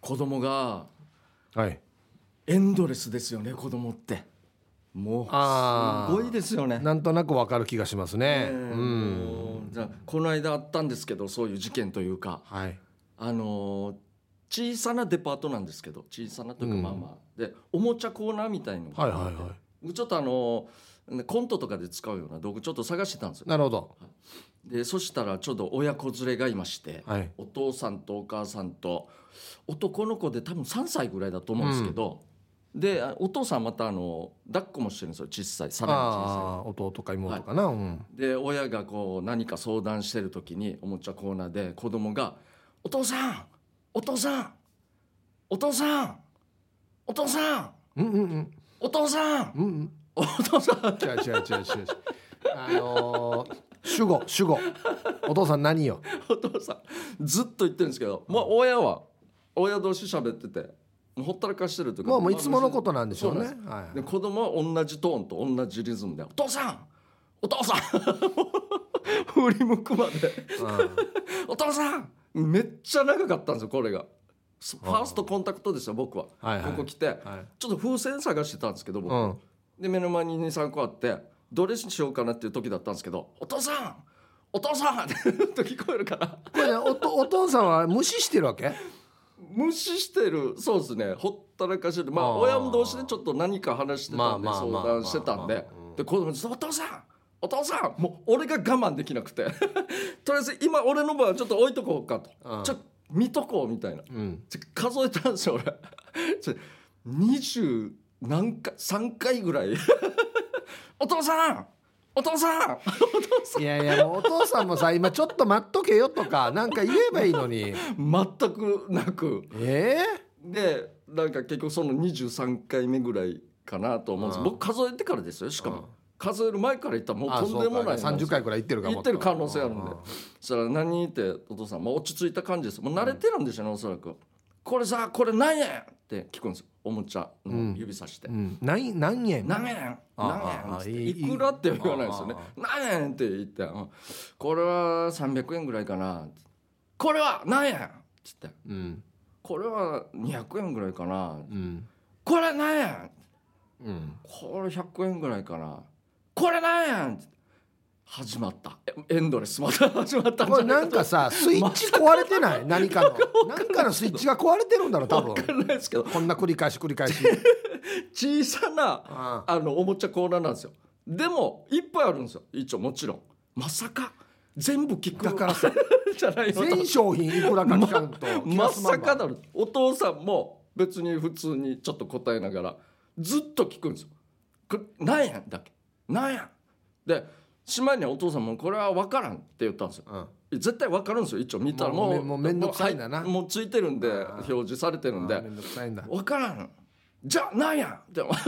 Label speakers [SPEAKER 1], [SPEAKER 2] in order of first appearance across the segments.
[SPEAKER 1] 子供が
[SPEAKER 2] はい
[SPEAKER 1] エンドレスですよね子供っても
[SPEAKER 2] あ
[SPEAKER 1] う
[SPEAKER 2] ー
[SPEAKER 1] すごいですよね
[SPEAKER 2] なんとなくわかる気がしますね、
[SPEAKER 1] えーもうじゃあこの間あったんですけどそういう事件というか
[SPEAKER 2] はい
[SPEAKER 1] あのー小さなデパートなんですけど小さなというか
[SPEAKER 2] うん
[SPEAKER 1] まあまあ、でおもちゃコーナーみたいのが
[SPEAKER 2] はいはいは
[SPEAKER 1] ちょっとあのーコントとかで使うような道具ちょっと探してたんです
[SPEAKER 2] い
[SPEAKER 1] よ
[SPEAKER 2] なるほど
[SPEAKER 1] でそしたらちょうど親子連れがいまして、
[SPEAKER 2] はい
[SPEAKER 1] お父さんとお母さんと男の子で多分3歳ぐらいだと思うんですけど、であお父さんまたあの抱っこもしてるんですよ小さいさらに小さ
[SPEAKER 2] ああ弟か妹かな、うん
[SPEAKER 1] いで親がこう何か相談してる時におもちゃコーナーで子供が「お父さんお父さんお父さんお父さん
[SPEAKER 2] うんうんうん
[SPEAKER 1] お父さん
[SPEAKER 2] うんうん
[SPEAKER 1] お父さん
[SPEAKER 2] 違う違う違う違う違うあのー、主語主語お父さん何よ
[SPEAKER 1] お父さんずっと言ってるんですけどもう親は親同士喋っててもうほったらかしてるというか
[SPEAKER 2] まあもういつも
[SPEAKER 1] ま
[SPEAKER 2] の
[SPEAKER 1] あ
[SPEAKER 2] ことなんでしょうね
[SPEAKER 1] そう
[SPEAKER 2] はい
[SPEAKER 1] で子供は同じトーンと同じリズムで「お父さんお父さん! 」振り向くまで
[SPEAKER 2] はい
[SPEAKER 1] 「お父さん!」めっちゃ長かったんですよこれがそファーストコンタクトですよ僕は、
[SPEAKER 2] はいはい
[SPEAKER 1] ここ来て、
[SPEAKER 2] はい
[SPEAKER 1] ちょっと風船探してたんですけど僕、
[SPEAKER 2] うん
[SPEAKER 1] で目の前に23個あってどれにしようかなっていう時だったんですけど「お父さんお父さん!」って 聞こえるから
[SPEAKER 2] これねおとお父さんは無視してるわけ
[SPEAKER 1] 無視してるそうですねほったらかしてるま
[SPEAKER 2] あ
[SPEAKER 1] あ
[SPEAKER 2] ー
[SPEAKER 1] 親も同士でちょっと何か話してたんで
[SPEAKER 2] まあまあま
[SPEAKER 1] 相
[SPEAKER 2] あ
[SPEAKER 1] 談してたん
[SPEAKER 2] まあ
[SPEAKER 1] で
[SPEAKER 2] まあ
[SPEAKER 1] で子供に「お父さんお父さん!」もう俺が我慢できなくて とりあえず今俺の分はちょっと置いとこうかと
[SPEAKER 2] うん
[SPEAKER 1] ちょっと見とこうみたいな
[SPEAKER 2] うん
[SPEAKER 1] ちょ数えたんですよ俺 ちょ20何回3回ぐらい 「お父さんお父さん!」
[SPEAKER 2] いやいやもうお父さんもさ今ちょっと待っとけよとかなんか言えばいいのに
[SPEAKER 1] 全くなく
[SPEAKER 2] え
[SPEAKER 1] でなんか結局その23回目ぐらいかなと思うんです、
[SPEAKER 2] うん
[SPEAKER 1] 僕数えてからですよしかも、
[SPEAKER 2] うん
[SPEAKER 1] 数える前から言ったらも
[SPEAKER 2] え
[SPEAKER 1] うとんでもない
[SPEAKER 2] 三十回くらい言ってるかも
[SPEAKER 1] 言ってる可能性あるんで
[SPEAKER 2] う
[SPEAKER 1] そしたら何ってお父さんもう落ち着いた感じですもう慣れてるんでしょうね、おそらくこれさこれ何円って聞くんですよおもちゃの指さして、
[SPEAKER 2] うん何何円
[SPEAKER 1] 何円
[SPEAKER 2] あ
[SPEAKER 1] 何
[SPEAKER 2] あ
[SPEAKER 1] 円
[SPEAKER 2] あ
[SPEAKER 1] つって
[SPEAKER 2] いい
[SPEAKER 1] いくらって言わないですよね
[SPEAKER 2] あ
[SPEAKER 1] 何円って言ってうんこれは300円ぐらいかなこれは何円つって
[SPEAKER 2] うん
[SPEAKER 1] これは200円ぐらいかな
[SPEAKER 2] うん
[SPEAKER 1] これ何円
[SPEAKER 2] うん
[SPEAKER 1] これ100円ぐらいかなこれなんやん始まったエエンドレスまた始まったん
[SPEAKER 2] こ
[SPEAKER 1] じゃ
[SPEAKER 2] れ
[SPEAKER 1] な
[SPEAKER 2] ないん
[SPEAKER 1] か
[SPEAKER 2] か さスイッチ壊れてない何か の何かのスイッチが壊れてるんだろう
[SPEAKER 1] と
[SPEAKER 2] 多
[SPEAKER 1] 分
[SPEAKER 2] 分
[SPEAKER 1] かんないですけど
[SPEAKER 2] こんな繰り返し繰り返 し
[SPEAKER 1] 小さな
[SPEAKER 2] あ
[SPEAKER 1] あのおもちゃコーナーなんですよでもいっぱいあるんですよ一応もちろんまさか全部聞く
[SPEAKER 2] だからさ
[SPEAKER 1] じゃないよと
[SPEAKER 2] 全商品いくらか聞かんと気
[SPEAKER 1] ま
[SPEAKER 2] が済んば
[SPEAKER 1] さかだろお父さんも別に普通にちょっと答えながらずっと聞くんですよ「これなんやん」だっけ「なんやん」で島にはお父さんも「これは分からん」って言ったんですよ
[SPEAKER 2] うん
[SPEAKER 1] 絶対分かるんですよ一応見たら
[SPEAKER 2] もう
[SPEAKER 1] も
[SPEAKER 2] もうめんどくさいんだな
[SPEAKER 1] もうはいもうついてるんで
[SPEAKER 2] ああ
[SPEAKER 1] 表示されてるん
[SPEAKER 2] あ
[SPEAKER 1] で
[SPEAKER 2] めんどくさいんだ
[SPEAKER 1] 分からんじゃあなんやでも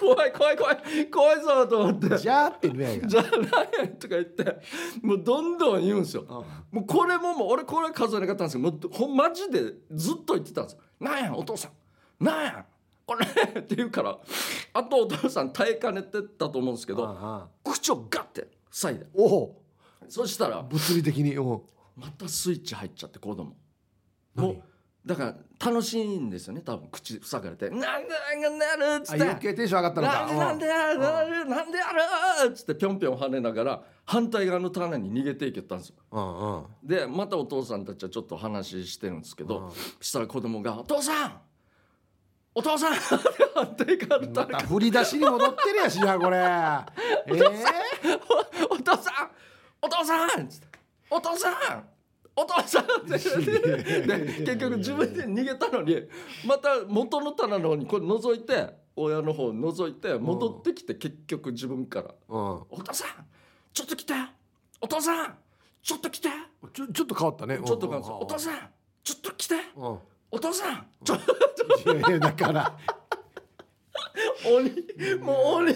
[SPEAKER 1] 怖い怖い怖い怖いぞと思って
[SPEAKER 2] じゃあって言えないか
[SPEAKER 1] じゃあなんやとか言ってもうどんどん言うんですよもうこれももう俺これ数えなかったんですけどもうほんマジでずっと言ってたんですよ「なんやお父さんなんやこれ」って言うからあとお父さん耐えかねてたと思うんですけど
[SPEAKER 2] ああ
[SPEAKER 1] 口をガッて塞いで
[SPEAKER 2] おお
[SPEAKER 1] そしたら
[SPEAKER 2] 物理的におお
[SPEAKER 1] またスイッチ入っちゃって子供も
[SPEAKER 2] 何
[SPEAKER 1] うだから楽しいんですよね多分口塞がれて「なんでなんでなる」っつ
[SPEAKER 2] あ
[SPEAKER 1] って
[SPEAKER 2] 余計テンション上がったのか
[SPEAKER 1] なんでなんでやるなんでやるっつってぴょんぴょん跳ねながら反対側の棚に逃げていけたんですよ
[SPEAKER 2] うんうんうん
[SPEAKER 1] でまたお父さんたちはちょっと話してるんですけ
[SPEAKER 2] う
[SPEAKER 1] ど
[SPEAKER 2] ん
[SPEAKER 1] したら子供が「お父さんお父さん!」って反対側の
[SPEAKER 2] ま
[SPEAKER 1] 棚
[SPEAKER 2] た振り出しに戻ってるやし なこれええ
[SPEAKER 1] おお父さんお父さん!」っつって「お父さんお父さん!」ってで結局自分で逃げたのにまた元の棚の方にこれ覗いて親の方覗いて戻ってきて結局自分から
[SPEAKER 2] うん
[SPEAKER 1] 「お父さんちょっと来てお父さんちょっと来て
[SPEAKER 2] ちょちょっと変わったね
[SPEAKER 1] ちょっとお父さんちょっと来て
[SPEAKER 2] うん
[SPEAKER 1] お父さんちょっと
[SPEAKER 2] いやいやだ から
[SPEAKER 1] 鬼もう鬼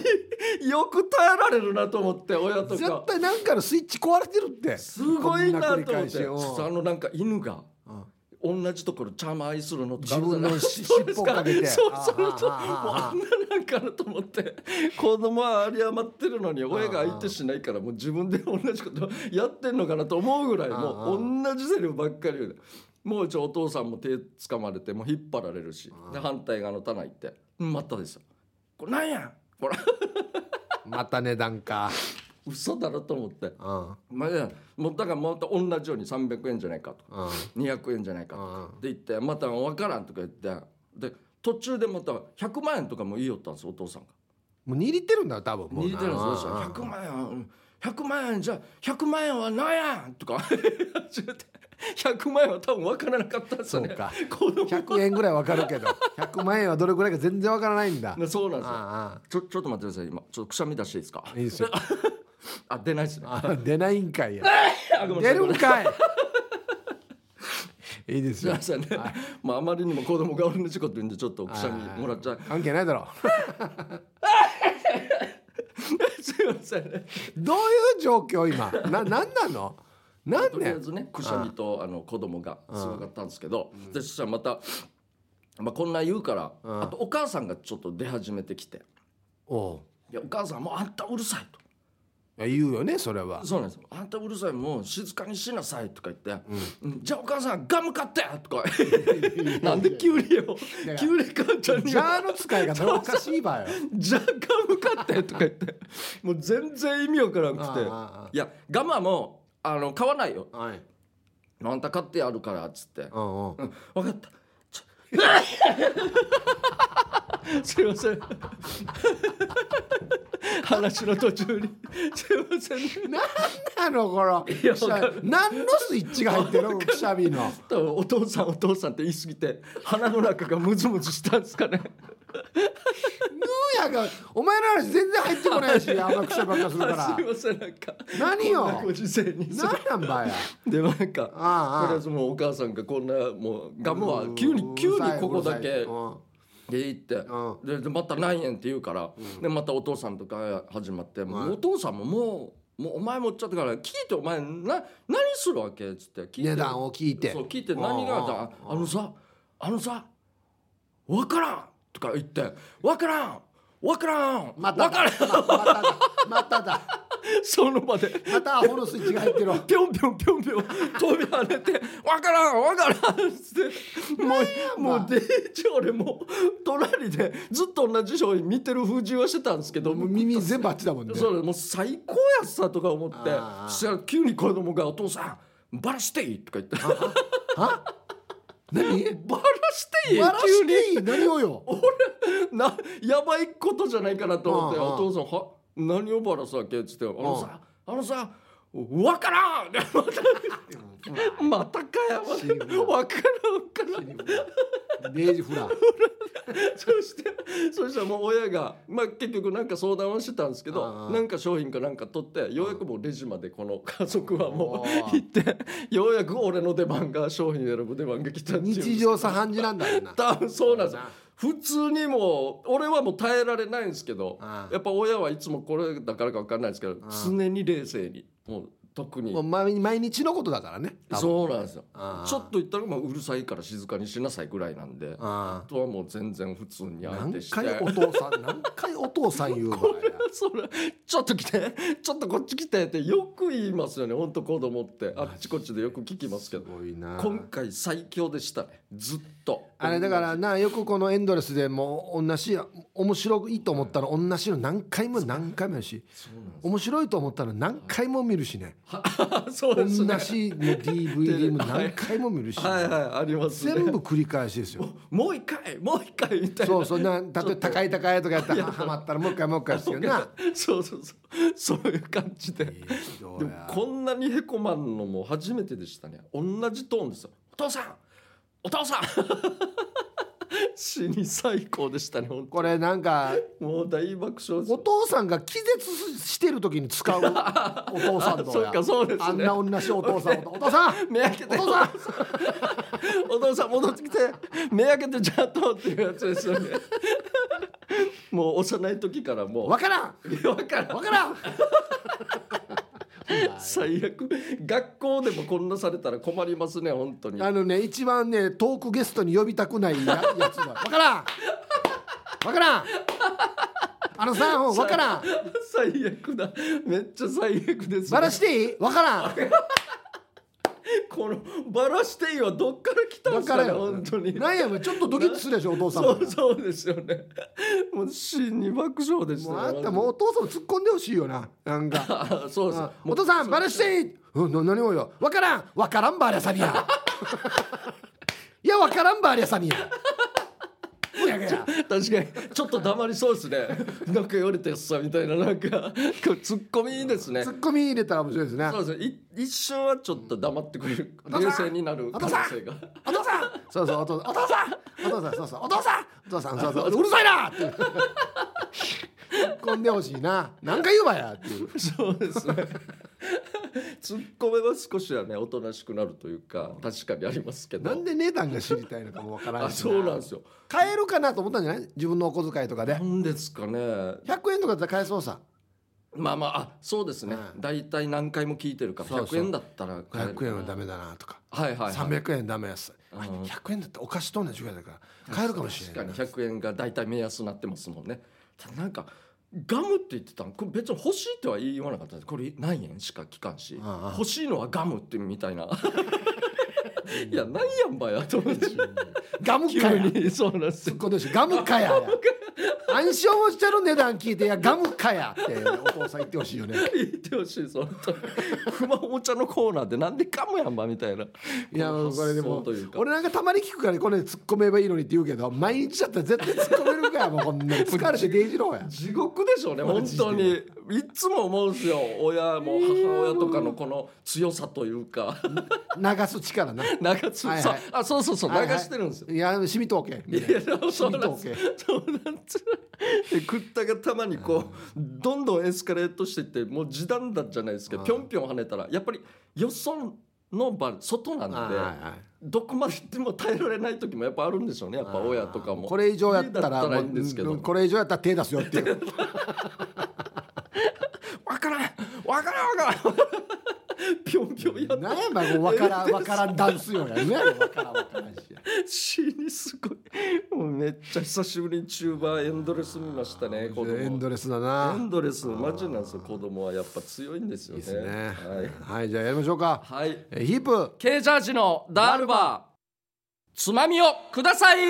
[SPEAKER 1] よく耐えられるなと思って親とか
[SPEAKER 2] 絶対なんかのスイッチ壊れてるって
[SPEAKER 1] すごいなと思
[SPEAKER 2] こん繰
[SPEAKER 1] っ
[SPEAKER 2] り
[SPEAKER 1] て
[SPEAKER 2] 返し
[SPEAKER 1] あのなんか犬が
[SPEAKER 2] うんうん
[SPEAKER 1] 同じところ茶舞いするのとか
[SPEAKER 2] 自分のし
[SPEAKER 1] そうで
[SPEAKER 2] 尻
[SPEAKER 1] す
[SPEAKER 2] 尾かけ て
[SPEAKER 1] そうそうそうもう
[SPEAKER 2] ああああああ
[SPEAKER 1] あんななんかあると思って子供は有り余ってるのに親が相手しないからもう自分で同じことやってんのかなと思うぐらい
[SPEAKER 2] ああああ
[SPEAKER 1] もう同じセリフばっかり言うもう一応お父さんも手掴まれてもう引っ張られるし
[SPEAKER 2] あー
[SPEAKER 1] で反対側の棚行って「うんまたです」これなんやほら
[SPEAKER 2] また値段か
[SPEAKER 1] 嘘だろと思って
[SPEAKER 2] うん
[SPEAKER 1] まあ、いやもうだからまた同じように300円じゃないかとか
[SPEAKER 2] うん
[SPEAKER 1] 200円じゃないかとか
[SPEAKER 2] うん
[SPEAKER 1] って言ってまた分からんとか言ってで途中でまた100万円とかも言いよったんですお父さんが。
[SPEAKER 2] もう握ってるんだよ多分もう
[SPEAKER 1] 握ってるんですよそしたら100万円はうん100万円じゃ100万円は何やんとか 100万円は多分分からなかったんですよね
[SPEAKER 2] そうか
[SPEAKER 1] 子供
[SPEAKER 2] 100円ぐらいわかるけど100万円はどれぐらいか全然わからないんだ
[SPEAKER 1] な そうなんですよ
[SPEAKER 2] あ
[SPEAKER 1] ちょちょっと待ってください今ちょっとくしゃみ出していいですか
[SPEAKER 2] あいい ですよ
[SPEAKER 1] あ出ないです ね
[SPEAKER 2] あ出ないんかいや
[SPEAKER 1] あごめんな
[SPEAKER 2] 出
[SPEAKER 1] さい
[SPEAKER 2] るんかいい いです
[SPEAKER 1] すい
[SPEAKER 2] よ
[SPEAKER 1] ませんね、まああまりにも子供が俺の事故って言うんでちょっとくしゃみもらっちゃう
[SPEAKER 2] 関係ないだろ
[SPEAKER 1] すいませんね
[SPEAKER 2] どういう状況今ななんなのなん
[SPEAKER 1] とりあ
[SPEAKER 2] で
[SPEAKER 1] えずねくしゃみとあの子供がすごかったんですけどでそしたらまた、まあ、こんな言うから
[SPEAKER 2] うん
[SPEAKER 1] あとお母さんがちょっと出始めてきて
[SPEAKER 2] おう
[SPEAKER 1] 「いやお母さんもうあんたうるさい」と。
[SPEAKER 2] いや言うよねそれは
[SPEAKER 1] そうなんですよあんたうるさいもう静かにしなさいとか言って、うんじゃあお母さんガム買ってと かなんでキュウリをキュウリ母ちゃんに
[SPEAKER 2] ジャーの使い方がおかしいばよ
[SPEAKER 1] じゃあガム買ってとか言ってもう全然意味わからなく
[SPEAKER 2] ああああ
[SPEAKER 1] ていやガムはもうあの買わないよ
[SPEAKER 2] はい
[SPEAKER 1] あんた買ってやるからっつって
[SPEAKER 2] うんうん
[SPEAKER 1] うん、分かった。ちょ すいません。 話の途中に。 すいませんね。
[SPEAKER 2] なんなのこの
[SPEAKER 1] や
[SPEAKER 2] くしゃ
[SPEAKER 1] わかる
[SPEAKER 2] 何のスイッチが入ってるのくしゃみの
[SPEAKER 1] 多分お父さんお父さんって言い過ぎて鼻の中がムズムズしたんですかね。
[SPEAKER 2] ぬーやがお前の話全然入って こないしあんまくしゃみばっかするか
[SPEAKER 1] あ
[SPEAKER 2] ら
[SPEAKER 1] すいませんなんか。
[SPEAKER 2] 何よ
[SPEAKER 1] こんなご時世に。
[SPEAKER 2] 何なんばや
[SPEAKER 1] でもなんか
[SPEAKER 2] ああ
[SPEAKER 1] とりあえずもうお母さんがこんなもうガムは急に急にここだけ
[SPEAKER 2] うん
[SPEAKER 1] で行って、
[SPEAKER 2] う
[SPEAKER 1] ででまた何円って言うから、でまたお父さんとか始まって、もうお父さんももうもうお前もっちゃったから聞いてお前な何するわけっつって聞いて
[SPEAKER 2] 値段を聞いて
[SPEAKER 1] そう聞いて何がだあのさあのさ分からんとか言って分からん分からん、
[SPEAKER 2] また
[SPEAKER 1] 分から
[SPEAKER 2] だ
[SPEAKER 1] ん
[SPEAKER 2] まただまただ
[SPEAKER 1] その場で。
[SPEAKER 2] またアホのスイッチが入ってるわ
[SPEAKER 1] ぴょんぴょんぴょんぴょん飛び跳ねて「わからんわからん」っつってもう
[SPEAKER 2] まあ
[SPEAKER 1] もうデージ俺もう隣でずっと同じ商品見てる風習はしてたんですけど
[SPEAKER 2] もう耳全部あっちだもんね
[SPEAKER 1] それもう最高やっさとか思って
[SPEAKER 2] あー
[SPEAKER 1] そしたら急に子供が「お父さんバラしていい」とか言って
[SPEAKER 2] は何
[SPEAKER 1] 「 バラしていい?」
[SPEAKER 2] 笑わ
[SPEAKER 1] 急
[SPEAKER 2] し
[SPEAKER 1] に
[SPEAKER 2] ていい何をよ
[SPEAKER 1] なやばいことじゃないかなと思って「
[SPEAKER 2] うんうん
[SPEAKER 1] お父さんは何をバラすわけ?」っつって「あのさあのさわからん! 」 またかやま
[SPEAKER 2] 死ぬ
[SPEAKER 1] たわからんわからん
[SPEAKER 2] レイ ジフラー
[SPEAKER 1] そしてそしたらもう親が、まあ、結局なんか相談はしてたんですけ
[SPEAKER 2] あ
[SPEAKER 1] ど
[SPEAKER 2] あ
[SPEAKER 1] なんか商品かなんか取ってようやくもうレジまでこの 家族はも
[SPEAKER 2] お
[SPEAKER 1] う
[SPEAKER 2] ー
[SPEAKER 1] 行ってようやく俺の出番が商品選ぶ出番が来たっていう
[SPEAKER 2] 日常茶飯事なんだよな
[SPEAKER 1] 多分そうなんですよ
[SPEAKER 2] そうだな
[SPEAKER 1] 普通にもう俺はもう耐えられないんですけど
[SPEAKER 2] ああ
[SPEAKER 1] やっぱ親はいつもこれだからか分かんないですけど常に冷静にもう特に
[SPEAKER 2] もう毎毎日のことだからね多分
[SPEAKER 1] そうなんですよ
[SPEAKER 2] ああ
[SPEAKER 1] ちょっと言ったらまあうるさいから静かにしなさいぐらいなんで
[SPEAKER 2] あ
[SPEAKER 1] あとはもう全然普通に
[SPEAKER 2] あ
[SPEAKER 1] 相手
[SPEAKER 2] 何
[SPEAKER 1] して
[SPEAKER 2] 回お父さん何回お父さん言うの
[SPEAKER 1] それちょっと来てちょっとこっち来てってよく言いますよね本当子供ってあっちこっちでよく聞きますけど
[SPEAKER 2] ごいな
[SPEAKER 1] 今回最強でしたねずっと
[SPEAKER 2] あれだからなよくこのエンドレスでもう同じ面白いと思ったら同じの何回も何回もやるし
[SPEAKER 1] そうなんで
[SPEAKER 2] 面白いと思ったら何回も見るしね
[SPEAKER 1] す そう
[SPEAKER 2] 同
[SPEAKER 1] です
[SPEAKER 2] じ
[SPEAKER 1] ね
[SPEAKER 2] の DVD も何回も見るし
[SPEAKER 1] はいはいありますね
[SPEAKER 2] 全部繰り返しですよ
[SPEAKER 1] もう一回もう一回みたいな
[SPEAKER 2] そうそうな例えば高い高いとかやったらハマったらもう一回もう一回ですよな
[SPEAKER 1] そうそうそうそういう感じで、
[SPEAKER 2] ひど
[SPEAKER 1] で
[SPEAKER 2] い
[SPEAKER 1] も
[SPEAKER 2] や
[SPEAKER 1] こんなにへこまんのも初めてでしたね同じトーンですよお父さんお父さん 死に最高でしたね本
[SPEAKER 2] これな んか
[SPEAKER 1] 当もう大爆笑です
[SPEAKER 2] お父さんが気絶してる時 に使うお父さんと
[SPEAKER 1] そうかそうですね
[SPEAKER 2] あんな同じお父さんお父さん
[SPEAKER 1] 目開けて
[SPEAKER 2] お父さん
[SPEAKER 1] お父さん戻ってきて目開けてちゃんとっていうやつですよねもう幼い時からもう
[SPEAKER 2] わからん
[SPEAKER 1] いやわからん
[SPEAKER 2] わからん
[SPEAKER 1] 最悪学校でもこんなされたら困りますね本当に
[SPEAKER 2] あのね一番ねトークゲストに呼びたくない ややつだわからんわからんあのさうんわからん
[SPEAKER 1] 最悪だめっちゃ最悪です、ね、
[SPEAKER 2] バラしていいわからん
[SPEAKER 1] このバラしていはどっから来たん
[SPEAKER 2] だ
[SPEAKER 1] ですか
[SPEAKER 2] か
[SPEAKER 1] ね
[SPEAKER 2] らよ
[SPEAKER 1] 本当に
[SPEAKER 2] なんやもうちょっとドキッとするでしょお父さんも
[SPEAKER 1] そうそうですよねもう真に爆笑でした
[SPEAKER 2] もう
[SPEAKER 1] よ
[SPEAKER 2] あんたもうお父さんも突っ込んでほしいよななんか
[SPEAKER 1] あそうです
[SPEAKER 2] うんお父さんバラしていい、うん、な何をよわからんわからんバラサビやいやわからんバラサビやおやがや
[SPEAKER 1] 確かにちょっと黙りそうです ねなんか言われてさみたいななんかこうツッコミいいですね
[SPEAKER 2] ツッコミ入れたら面白いですね
[SPEAKER 1] そうですねい一瞬はちょっと黙ってくれる
[SPEAKER 2] 父さん
[SPEAKER 1] 冷静になる可能性が
[SPEAKER 2] お父さんそうそうお父さんお父さんお父さんそうそうお父さんお父さんそうそううるさいなっていう突っ込んでほしいな何回言うわやっていう
[SPEAKER 1] そうです ねツッコめは少しはねおとなしくなるというか確かにありますけど
[SPEAKER 2] なんで値段が知りたいのかもわからん
[SPEAKER 1] あ
[SPEAKER 2] し
[SPEAKER 1] そうなんですよ
[SPEAKER 2] 買えるかなと思ったんじゃない自分のお小遣いとかで
[SPEAKER 1] なんですかね
[SPEAKER 2] 100円とかだったら買えそうさ
[SPEAKER 1] まあまああそうですね、
[SPEAKER 2] うん
[SPEAKER 1] 大体何回も聞いてるから
[SPEAKER 2] そうそう
[SPEAKER 1] 100円だったら買えるか
[SPEAKER 2] 500
[SPEAKER 1] な
[SPEAKER 2] 円はダメだなとか
[SPEAKER 1] はいはい、はい、
[SPEAKER 2] 300円ダメやつ
[SPEAKER 1] うん
[SPEAKER 2] 100円だったらお菓子と同じぐらいだから買えるかもしれない
[SPEAKER 1] 確かに100円が大体目安になってますもんねただなんかガムって言ってたんこれ別に欲しいとは言わなかったですこれ何円しか聞かんし
[SPEAKER 2] ああ
[SPEAKER 1] 欲しいのはガムってみたいな いや何やんばやと思って
[SPEAKER 2] ガムか
[SPEAKER 1] 急
[SPEAKER 2] や
[SPEAKER 1] にそうなんです
[SPEAKER 2] ツ
[SPEAKER 1] よ
[SPEAKER 2] ッコんでほしいガムかやや暗証をしてる値段聞いていやガムかやってお父さん言ってほしいよ ね
[SPEAKER 1] 言ってほしいです 本当に熊お茶のコーナーでなんでガムやんばみたいない
[SPEAKER 2] いやこれでも
[SPEAKER 1] というか
[SPEAKER 2] 俺なんかたまに聞くからこれ突っ込めばいいのにって言うけど毎日だったら絶対突っ込めるかや もうこんな疲れてデイジローや
[SPEAKER 1] 地獄でしょうね
[SPEAKER 2] マ
[SPEAKER 1] 本
[SPEAKER 2] ジで
[SPEAKER 1] 当にいつも思うんですよ親も母親とかのこの強さというか
[SPEAKER 2] 流す力な
[SPEAKER 1] 流す、
[SPEAKER 2] はいは
[SPEAKER 1] さ
[SPEAKER 2] い
[SPEAKER 1] あそうそうそう流してるんですよ、
[SPEAKER 2] いや染みとおけみた
[SPEAKER 1] いや
[SPEAKER 2] いな
[SPEAKER 1] そ
[SPEAKER 2] 染
[SPEAKER 1] う
[SPEAKER 2] み
[SPEAKER 1] な
[SPEAKER 2] と
[SPEAKER 1] ん
[SPEAKER 2] お
[SPEAKER 1] です
[SPEAKER 2] け
[SPEAKER 1] よそうなんですでクッタがたまにこうどんどんエスカレートしていってもう時短だじゃないですけど
[SPEAKER 2] うん
[SPEAKER 1] ぴょんぴょん跳ねたらやっぱりよその場外なんで、
[SPEAKER 2] はいはい
[SPEAKER 1] どこまで行っても耐えられない時もやっぱあるんでしょうねやっぱ親とかも
[SPEAKER 2] これ以上やった
[SPEAKER 1] 家だ
[SPEAKER 2] ら
[SPEAKER 1] いいんですけど
[SPEAKER 2] もうこれ以上やったら手出すよっ ていう
[SPEAKER 1] わからんわからん わからんぴょんぴょんやっ
[SPEAKER 2] 何やばい分からん分からんダンスよやね分からん分からんし
[SPEAKER 1] 死にすごいもうめっちゃ久しぶりにチューバーエンドレス見ましたね子供
[SPEAKER 2] エンドレスだ
[SPEAKER 1] エ
[SPEAKER 2] な
[SPEAKER 1] ンドレスマジなんですよ子供はやっぱ強いんですよ
[SPEAKER 2] い
[SPEAKER 1] ね
[SPEAKER 2] いですねはいじゃあやりましょうか
[SPEAKER 1] はい、はい、
[SPEAKER 2] えヒープ
[SPEAKER 1] K ジャージのダールバーつまみをください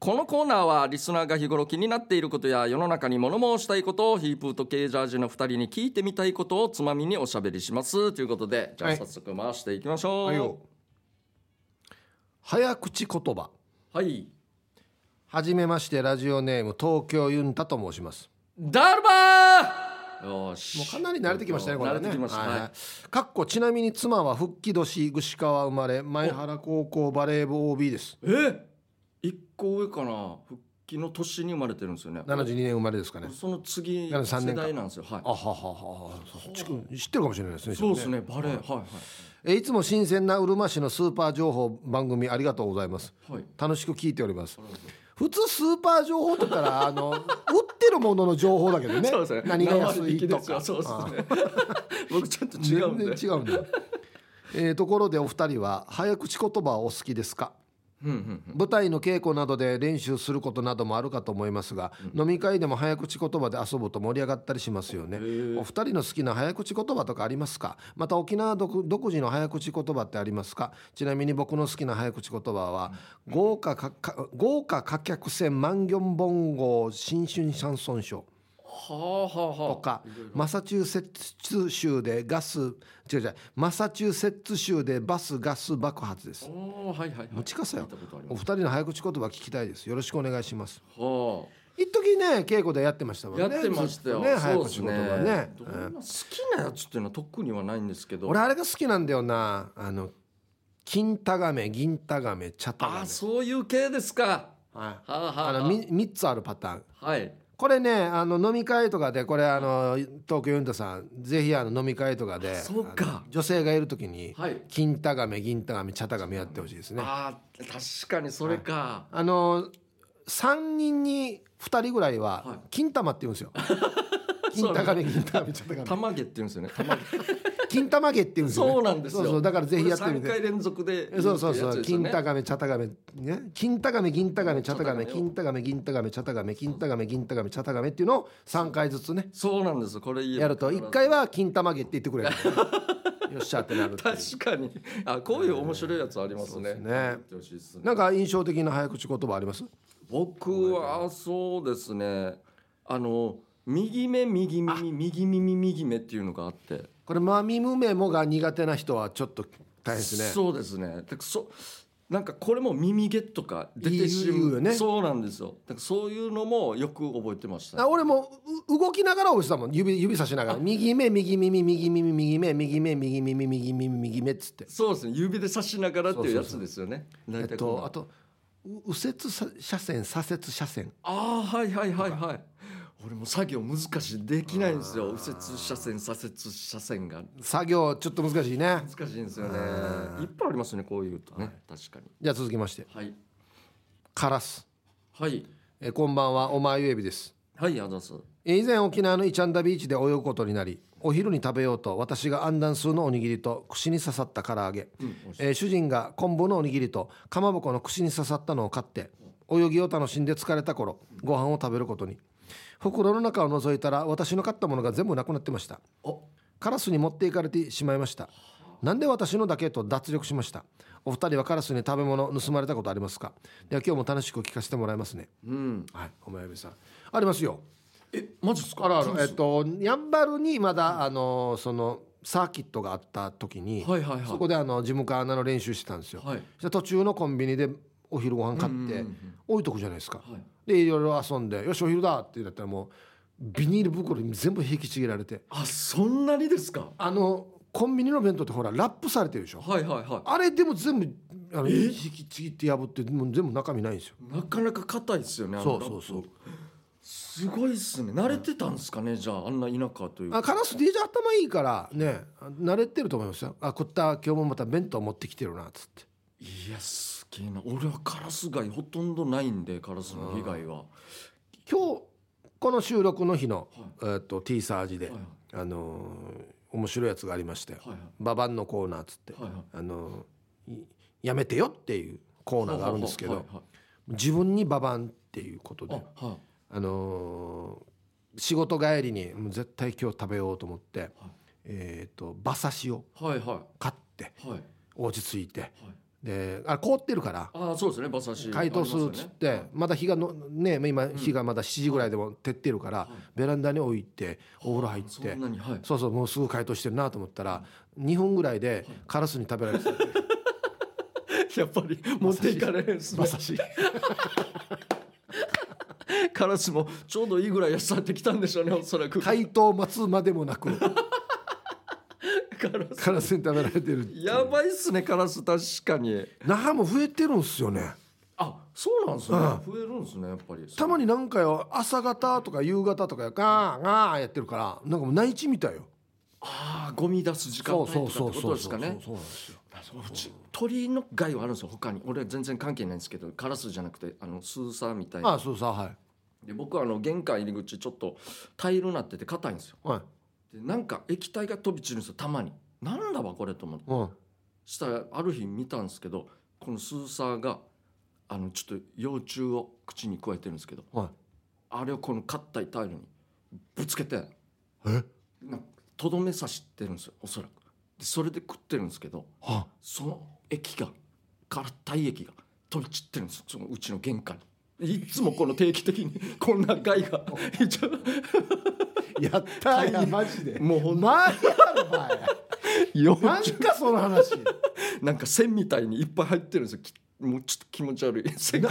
[SPEAKER 1] このコーナーはリスナーが日頃気になっていることや世の中に物申したいことをヒープーと K ジャージの2人に聞いてみたいことをつまみにおしゃべりしますということでじゃ
[SPEAKER 2] は
[SPEAKER 1] あ
[SPEAKER 2] い
[SPEAKER 1] 早速回していきましょう
[SPEAKER 2] 早口言葉
[SPEAKER 1] はい
[SPEAKER 2] はじめましてラジオネーム東京ユンタと申します
[SPEAKER 1] ダルバーよし
[SPEAKER 2] もうかなり慣れてきましたねこれ
[SPEAKER 1] 慣
[SPEAKER 2] ね
[SPEAKER 1] れてきました、
[SPEAKER 2] はい
[SPEAKER 1] はい
[SPEAKER 2] かっこちなみに妻は復帰年串川生まれ前原高校バレー部 OB です
[SPEAKER 1] え一個上かな復帰の年に生まれてるんですよね
[SPEAKER 2] 72年生まれですかね
[SPEAKER 1] その次世
[SPEAKER 2] 73年か
[SPEAKER 1] 代なんですよはい
[SPEAKER 2] あははははそっちくん知ってるかもしれないですね
[SPEAKER 1] そうですねバレーは
[SPEAKER 2] えいつも新鮮なうるま市のスーパー情報番組ありがとうございます
[SPEAKER 1] いはいはい
[SPEAKER 2] 楽しく聞いております普通スーパー情報とかから あの売ってるものの情報だけどね
[SPEAKER 1] そうですね
[SPEAKER 2] 何が安い
[SPEAKER 1] 生で
[SPEAKER 2] とか
[SPEAKER 1] 聞きですよ
[SPEAKER 2] あ
[SPEAKER 1] そう
[SPEAKER 2] あ
[SPEAKER 1] ですね僕ちょっと違うん
[SPEAKER 2] 全然
[SPEAKER 1] で
[SPEAKER 2] 違う んだよ、えーところでお二人は早口言葉はお好きですか
[SPEAKER 1] うんうん
[SPEAKER 2] 舞台の稽古などで練習することなどもあるかと思いますが、飲み会でも早口言葉で遊ぶと盛り上がったりしますよね
[SPEAKER 1] ー
[SPEAKER 2] お二人の好きな早口言葉とかありますかまた沖縄独独自の早口言葉ってありますかちなみに僕の好きな早口言葉は、豪華かか豪華歌客船万元本号新春シャンソンショー
[SPEAKER 1] はあはあはあ
[SPEAKER 2] とかマサチューセッツ州でガス違う違うマサチューセッツ州でバスガス爆発です
[SPEAKER 1] おーはいはいはい
[SPEAKER 2] 持ちかさよ
[SPEAKER 1] 聞いたことあり
[SPEAKER 2] お
[SPEAKER 1] ま
[SPEAKER 2] 二人の早口言葉聞きたいですよろしくお願いします
[SPEAKER 1] すは
[SPEAKER 2] 一時ね稽古でやってましたもん
[SPEAKER 1] あや
[SPEAKER 2] ね
[SPEAKER 1] ってましたよ
[SPEAKER 2] ずっとね
[SPEAKER 1] そ
[SPEAKER 2] 早
[SPEAKER 1] うです
[SPEAKER 2] 口言葉ね
[SPEAKER 1] どん
[SPEAKER 2] う
[SPEAKER 1] なん好きなやつっていうのは特にはないんですけど
[SPEAKER 2] 俺あれが好きなんだよなあの金タガメ銀タガメ茶タガ
[SPEAKER 1] あ
[SPEAKER 2] メ
[SPEAKER 1] あそういう系ですか
[SPEAKER 2] はい
[SPEAKER 1] はあはあ
[SPEAKER 2] あ
[SPEAKER 1] はあ
[SPEAKER 2] のみ三つあるパターン
[SPEAKER 1] はい
[SPEAKER 2] これねあの飲み会とかでこれあの東京ユンタさんぜひあの飲み会とかで
[SPEAKER 1] そうか
[SPEAKER 2] あの女性がいる時に
[SPEAKER 1] はい
[SPEAKER 2] 金タガメ銀タガメ茶タガメやってほしいですね
[SPEAKER 1] あー確かにそれか、
[SPEAKER 2] あの3人に2人ぐらい
[SPEAKER 1] はい
[SPEAKER 2] は金玉って言う んですよ
[SPEAKER 1] そう
[SPEAKER 2] 金
[SPEAKER 1] なん
[SPEAKER 2] 玉ね金玉ちょっと
[SPEAKER 1] たまげって言うんです よね玉毛
[SPEAKER 2] 金玉毛って言うんですよ、ね、
[SPEAKER 1] そうなんですよ
[SPEAKER 2] そうそうだからぜひやってみ
[SPEAKER 1] これ3
[SPEAKER 2] て
[SPEAKER 1] 回連続で
[SPEAKER 2] そうそうそう金
[SPEAKER 1] タ
[SPEAKER 2] 高め茶高めね金高め銀高め茶高め
[SPEAKER 1] 茶
[SPEAKER 2] 金高め銀高め茶高め金高め銀高め茶高めっていうのを3回ずつね
[SPEAKER 1] そうなんですこれ言えば
[SPEAKER 2] やると1回は金玉毛って言ってくれるよっしゃってなるっていう
[SPEAKER 1] 確かにあこういう面白いやつありますね。
[SPEAKER 2] そうですね
[SPEAKER 1] やってほしいですね
[SPEAKER 2] なんか印象的な早口言葉あります
[SPEAKER 1] 僕はそうですねあの右目右耳右耳右目っていうのがあって
[SPEAKER 2] これまみむめもが苦手な人はちょっと大変ですね
[SPEAKER 1] そうですねでそなんかこれも耳毛とか出てし
[SPEAKER 2] 言う
[SPEAKER 1] ま
[SPEAKER 2] 言うよ
[SPEAKER 1] う
[SPEAKER 2] ね
[SPEAKER 1] そうなんですよだからそういうのもよく覚えてました
[SPEAKER 2] あ俺もう動きながら覚えてたもん指指さしながら右目右耳右耳右目右目右耳右耳右目っつって
[SPEAKER 1] そうですね指で指しながらっていうやつですよね
[SPEAKER 2] え
[SPEAKER 1] 大
[SPEAKER 2] っ
[SPEAKER 1] 体こん
[SPEAKER 2] と
[SPEAKER 1] な
[SPEAKER 2] あとう右折さ車線左折車線
[SPEAKER 1] ああはいはいはいはい俺も作業難しいできないんですよ右折車線左折車線が
[SPEAKER 2] 作業ちょっと難しいね
[SPEAKER 1] 難しいんですよねいっぱいありますねこういうとね、確かに
[SPEAKER 2] じゃあ続きまして
[SPEAKER 1] はい
[SPEAKER 2] カラス
[SPEAKER 1] はい
[SPEAKER 2] えこんばんはお前ゆえびです
[SPEAKER 1] はいあざっす
[SPEAKER 2] え以前沖縄のイチャンダビーチで泳ぐことになりお昼に食べようと私が安ン数のおにぎりと串に刺さった唐揚げ、えー主人が昆布のおにぎりとかまぼこの串に刺さったのを買って泳ぎを楽しんで疲れた頃ご飯を食べることに袋の中を覗いたら私の買ったものが全部なくなってました
[SPEAKER 1] お
[SPEAKER 2] カラスに持っていかれてしまいましたなんで私のだけと脱力しましたお二人はカラスに食べ物盗まれたことありますかでは今日も楽しく聞かせてもらいますね
[SPEAKER 1] うん
[SPEAKER 2] はいお前ゆびさんありますよ
[SPEAKER 1] えマジですか
[SPEAKER 2] あるある
[SPEAKER 1] カラ
[SPEAKER 2] え
[SPEAKER 1] ス
[SPEAKER 2] っとやんばるにまだあのそのサーキットがあった時に、
[SPEAKER 1] はいはいはい
[SPEAKER 2] そこであのジムカーナの練習してたんですよ、
[SPEAKER 1] はい
[SPEAKER 2] そしたら途中のコンビニでお昼ご飯買って置いとくじゃないですか、
[SPEAKER 1] はい
[SPEAKER 2] でいろいろ遊んで「よしお昼だ」ってなったらもうビニール袋に全部引きちぎられて
[SPEAKER 1] あそんなにですか
[SPEAKER 2] あのコンビニの弁当ってほらラップされてるでしょ
[SPEAKER 1] はいはいは
[SPEAKER 2] あれでも全部あの引きちぎって破ってもう全部中身ないんですよ
[SPEAKER 1] いなかなか硬いですよねあの
[SPEAKER 2] そうそうそう
[SPEAKER 1] すごいっすね慣れてたんですかねじゃああんな田舎というか
[SPEAKER 2] あカラス DJ 頭いいからね慣れてると思いますよあこった今日もまた弁当持ってきてるなっつって
[SPEAKER 1] いやすげえな俺はカラス害ほとんどないんでカラスの被害はは
[SPEAKER 2] 今日この収録の日の、えっと T サージで、
[SPEAKER 1] いはい
[SPEAKER 2] あのー面白いやつがありましたよ、
[SPEAKER 1] はいはい
[SPEAKER 2] ババンのコーナーっつって、
[SPEAKER 1] はいはい
[SPEAKER 2] あのーいやめてよっていうコーナーがあるんですけど、
[SPEAKER 1] はいはい
[SPEAKER 2] 自分にババンっていうことで
[SPEAKER 1] あはい
[SPEAKER 2] あのー仕事帰りにもう絶対今日食べようと思って、えっ、と馬刺しを
[SPEAKER 1] はいは
[SPEAKER 2] 買って
[SPEAKER 1] いはい
[SPEAKER 2] 落ち着いて、であ凍ってるから
[SPEAKER 1] あそうですね馬刺し
[SPEAKER 2] 解凍するっつってま,、だ日がのね今日がまだ7時ぐらいでも照ってるから、ベランダに置いてお風呂入っ
[SPEAKER 1] そ
[SPEAKER 2] て
[SPEAKER 1] んなに はい
[SPEAKER 2] そうそうもうすぐ解凍してるなと思ったら2分ぐらいでカラスに食べられてた
[SPEAKER 1] やっぱり持っていかれへんっすね
[SPEAKER 2] 馬刺し
[SPEAKER 1] カラスもちょうどいいぐらい安さってきたんでしょうねおそらくカ
[SPEAKER 2] 解凍待つまでもな く
[SPEAKER 1] ラス
[SPEAKER 2] カラスに食べられてる
[SPEAKER 1] やばいっすねカラス確かに
[SPEAKER 2] 那覇も増えてるんすよね
[SPEAKER 1] あそうなんですね、増えるんですねやっぱり
[SPEAKER 2] たまになんかよ朝方とか夕方とかやガーガーやってるからなんかもう内地みたいよ
[SPEAKER 1] ああゴミ出す時間
[SPEAKER 2] そ
[SPEAKER 1] 帯
[SPEAKER 2] う
[SPEAKER 1] とか
[SPEAKER 2] そ
[SPEAKER 1] っ
[SPEAKER 2] う
[SPEAKER 1] て
[SPEAKER 2] そう
[SPEAKER 1] こと
[SPEAKER 2] そう
[SPEAKER 1] です
[SPEAKER 2] そ
[SPEAKER 1] か
[SPEAKER 2] う
[SPEAKER 1] ね
[SPEAKER 2] そうなんですよ
[SPEAKER 1] うち鳥の害はあるんですよ他に俺は全然関係ないんですけどカラスじゃなくてあのスーサーみたいな
[SPEAKER 2] あそうさはい
[SPEAKER 1] で僕はあの玄関入り口ちょっとタイルなってて硬いんですよ
[SPEAKER 2] はい
[SPEAKER 1] でなんか液体が飛び散るんですよたまになんだわこれと思って
[SPEAKER 2] うん
[SPEAKER 1] したらある日見たんですけどこのスーサーがあのちょっと幼虫を口にくわえてるんですけど
[SPEAKER 2] はい
[SPEAKER 1] あれをこの硬いタイルにぶつけて
[SPEAKER 2] え
[SPEAKER 1] なんかとどめさしてるんですよおそらくでそれで食ってるんですけど
[SPEAKER 2] は
[SPEAKER 1] その液が硬い液が飛び散ってるんですよそのうちの玄関にいつもこの定期的にこんな害が一応
[SPEAKER 2] やったーいやマジで
[SPEAKER 1] もうほん
[SPEAKER 2] マジやろお前
[SPEAKER 1] よ
[SPEAKER 2] なんかその話
[SPEAKER 1] なんか線みたいにいっぱい入ってるんですよきもうちょっと気持ち悪い線が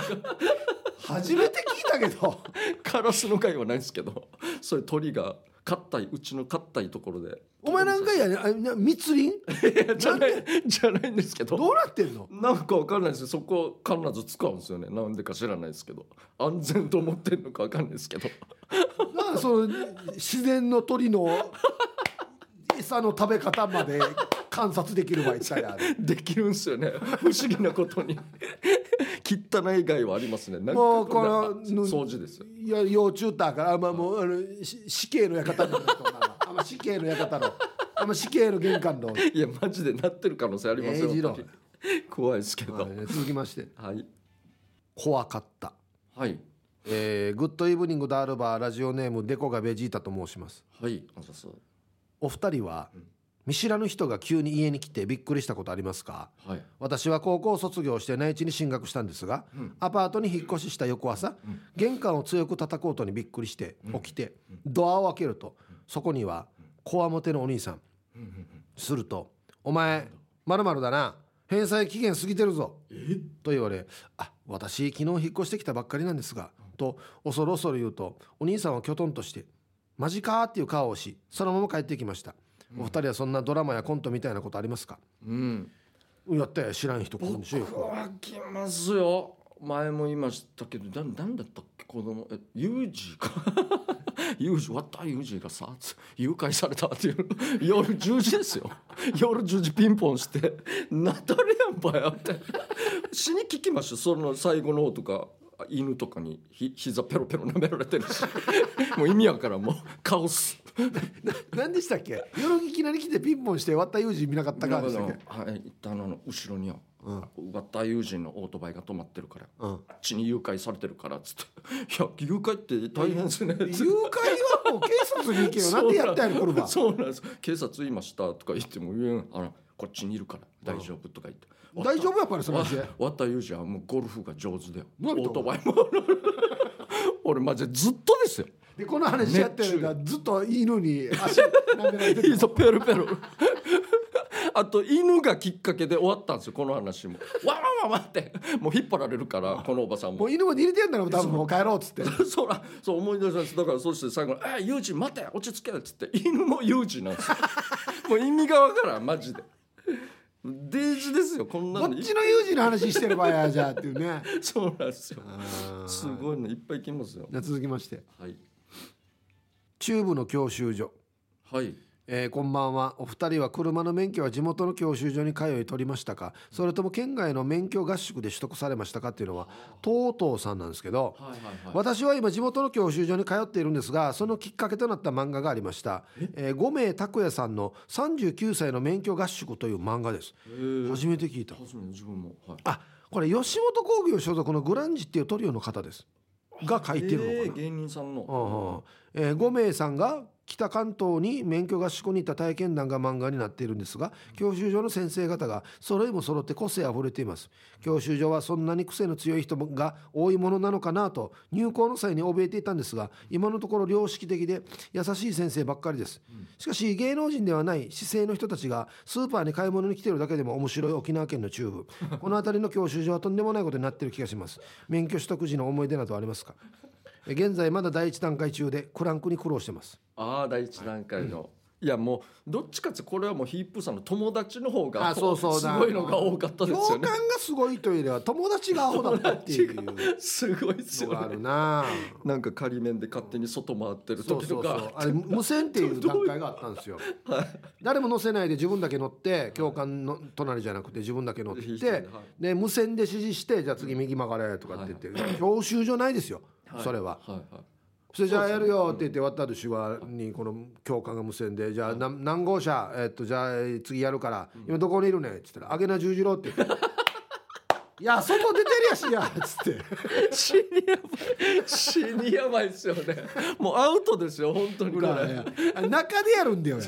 [SPEAKER 2] 初めて聞いたけど
[SPEAKER 1] カラスの害はないんですけどそれ鳥が硬いうちの硬いところで
[SPEAKER 2] お前なんかやねあな密林
[SPEAKER 1] い やじゃないじゃないんですけど
[SPEAKER 2] どうなってんの
[SPEAKER 1] なんかわかんないですよそこ必ず使うんですよねなんでか知らないですけど安全と思ってんのかわかんないですけど
[SPEAKER 2] なんかその自然の鳥の餌の食べ方まで観察できるわ一体あれ
[SPEAKER 1] できるんですよね不思議なことに 汚い害はありますねなんか
[SPEAKER 2] もう
[SPEAKER 1] こんな
[SPEAKER 2] この
[SPEAKER 1] 掃除ですよ
[SPEAKER 2] いや幼虫だからあんまもうあのし死刑の館のあんま死刑の館のあんま死刑の玄関の、
[SPEAKER 1] いやマジでなってる可能性ありますよ
[SPEAKER 2] えー二郎
[SPEAKER 1] 本当に 怖いですけど
[SPEAKER 2] はい続きまして
[SPEAKER 1] はい
[SPEAKER 2] 怖かった
[SPEAKER 1] はい
[SPEAKER 2] えーグッドイブニングダールバーラジオネームデコがベジータと申します
[SPEAKER 1] はいあざっす
[SPEAKER 2] お二人は見知らぬ人が急に家に来てびっくりしたことありますか
[SPEAKER 1] はい。
[SPEAKER 2] 私は高校を卒業して内地に進学したんですが、
[SPEAKER 1] うん
[SPEAKER 2] アパートに引っ越しした翌朝、
[SPEAKER 1] うん
[SPEAKER 2] 玄関を強く叩こうとにびっくりして起きて、ドアを開けるとそこにはこわもてのお兄さん
[SPEAKER 1] うんうんうん
[SPEAKER 2] すると「お前まるまるだな返済期限過ぎてるぞ
[SPEAKER 1] え」
[SPEAKER 2] と言われ「あ私昨日引っ越してきたばっかりなんですが」と恐る恐る言うとお兄さんはきょとんとして「マジか」っていう顔をしそのまま帰ってきましたお二人はそんなドラマやコントみたいなことありますか
[SPEAKER 1] うん。
[SPEAKER 2] やったや知らん人来るんでしょよ
[SPEAKER 1] 僕
[SPEAKER 2] く
[SPEAKER 1] は来ますよ。前も言いましたけど、だなんだったっけ子供えユージか。 ユージ、わったユージがさ、つ誘拐されたっていう。 夜10時ですよ。 夜10時ピンポンして、ナタリアンパやって。 死に聞きました。その最後の方とか。犬とかにひ膝ペロペロ舐められてるし もう意味やからんもうカオス
[SPEAKER 2] 何でしたっけ夜いきなり来てピンポンして割った友人見なかったかでしたっけ
[SPEAKER 1] はい一旦あの後ろには、
[SPEAKER 2] う
[SPEAKER 1] 奪った友人のオートバイが止まってるから
[SPEAKER 2] うん
[SPEAKER 1] あっちに誘拐されてるからっつって 「いや誘拐って大変ですね」
[SPEAKER 2] 誘拐はもう警察に行 けよなんでやったんやろこれは
[SPEAKER 1] そうなんです警察いましたとか言っても言えんあのこっちにいるから大丈夫とか言って
[SPEAKER 2] 大丈夫やっぱりその
[SPEAKER 1] わ
[SPEAKER 2] 話
[SPEAKER 1] わたゆうじはもうゴルフが上手だよオ
[SPEAKER 2] なんで
[SPEAKER 1] ートバイも 俺マジでずっとですよ
[SPEAKER 2] でこの話やってるがずっと犬に足舐められて
[SPEAKER 1] いいぞペロペ ロあと犬がきっかけで終わったんですよこの話もわわわわってもう引っ張られるからこのおばさん
[SPEAKER 2] も
[SPEAKER 1] も
[SPEAKER 2] う犬まで入れてやんだろ多分もう帰ろうっつって
[SPEAKER 1] そらそう思い出したんですだからそして最後に「えユージ待て落ち着け」っつって犬もユージなんですよ もう意味がわからんマジでデイジですよこんな
[SPEAKER 2] こ
[SPEAKER 1] の
[SPEAKER 2] っちの友人の話してる場合やじゃあっていうね
[SPEAKER 1] そうなんですよ
[SPEAKER 2] あー
[SPEAKER 1] すごいのいっぱい来ますよ
[SPEAKER 2] じゃあ続きまして
[SPEAKER 1] はい
[SPEAKER 2] 中部の教習所
[SPEAKER 1] はい
[SPEAKER 2] えーこんばんはお二人は車の免許は地元の教習所に通い取りましたかそれとも県外の免許合宿で取得されましたかっていうのはとうとうさんなんですけど、
[SPEAKER 1] はいはいはい
[SPEAKER 2] 私は今地元の教習所に通っているんですがそのきっかけとなった漫画がありましたえー五名拓也さんの39歳の免許合宿という漫画です
[SPEAKER 1] えー
[SPEAKER 2] 初めて聞いた
[SPEAKER 1] 初めて自分もはい
[SPEAKER 2] あこれ吉本興業所属のグランジっていうトリオの方ですが書いてるのかな、
[SPEAKER 1] えー芸人さん
[SPEAKER 2] は
[SPEAKER 1] の
[SPEAKER 2] あはあえー、5名さんが北関東に免許合宿に行った体験談が漫画になっているんですが教習所の先生方が揃いも揃って個性あふれています教習所はそんなに癖の強い人が多いものなのかなと入校の際に怯えていたんですが今のところ良識的で優しい先生ばっかりですしかし芸能人ではない市井の人たちがスーパーに買い物に来てるだけでも面白い沖縄県の中部 この辺りの教習所はとんでもないことになってる気がします免許取得時の思い出などあります かえ現在まだ第一段階中でクランクに苦労してます
[SPEAKER 1] ああ第一段階のいやもうどっちかってこれはもうヒップさんの友達の方が
[SPEAKER 2] あそうそう
[SPEAKER 1] すごいのが多かったですよ
[SPEAKER 2] 共
[SPEAKER 1] ね
[SPEAKER 2] 感がすごいというよりは友達がアホだったっていうの
[SPEAKER 1] すごいです
[SPEAKER 2] が
[SPEAKER 1] よ
[SPEAKER 2] あ
[SPEAKER 1] ね
[SPEAKER 2] るな
[SPEAKER 1] なんか仮面で勝手に外回ってる
[SPEAKER 2] そう
[SPEAKER 1] 時
[SPEAKER 2] そ
[SPEAKER 1] と
[SPEAKER 2] うそ
[SPEAKER 1] か
[SPEAKER 2] うあれ無線っていう段階があったん ですよ誰も乗せないで自分だけ乗って教官の隣じゃなくて自分だけ乗っ
[SPEAKER 1] いいですね
[SPEAKER 2] て
[SPEAKER 1] はい
[SPEAKER 2] で無線で指示してじゃあ次右曲がれとかって言って教習所ないですよ
[SPEAKER 1] い
[SPEAKER 2] それは
[SPEAKER 1] はいはい
[SPEAKER 2] それじゃあやるよって言って渡る手話にこの教官が無線で「じゃあ何何号車、えっと、じゃあ次やるから今どこにいるね」っつったら「あげな十字路」って 言って「いや外出てるやしや」っつって
[SPEAKER 1] 死にやばい死にやばいですよねもうアウトですよ本当にこれ
[SPEAKER 2] 裏やあ中でやるんだよや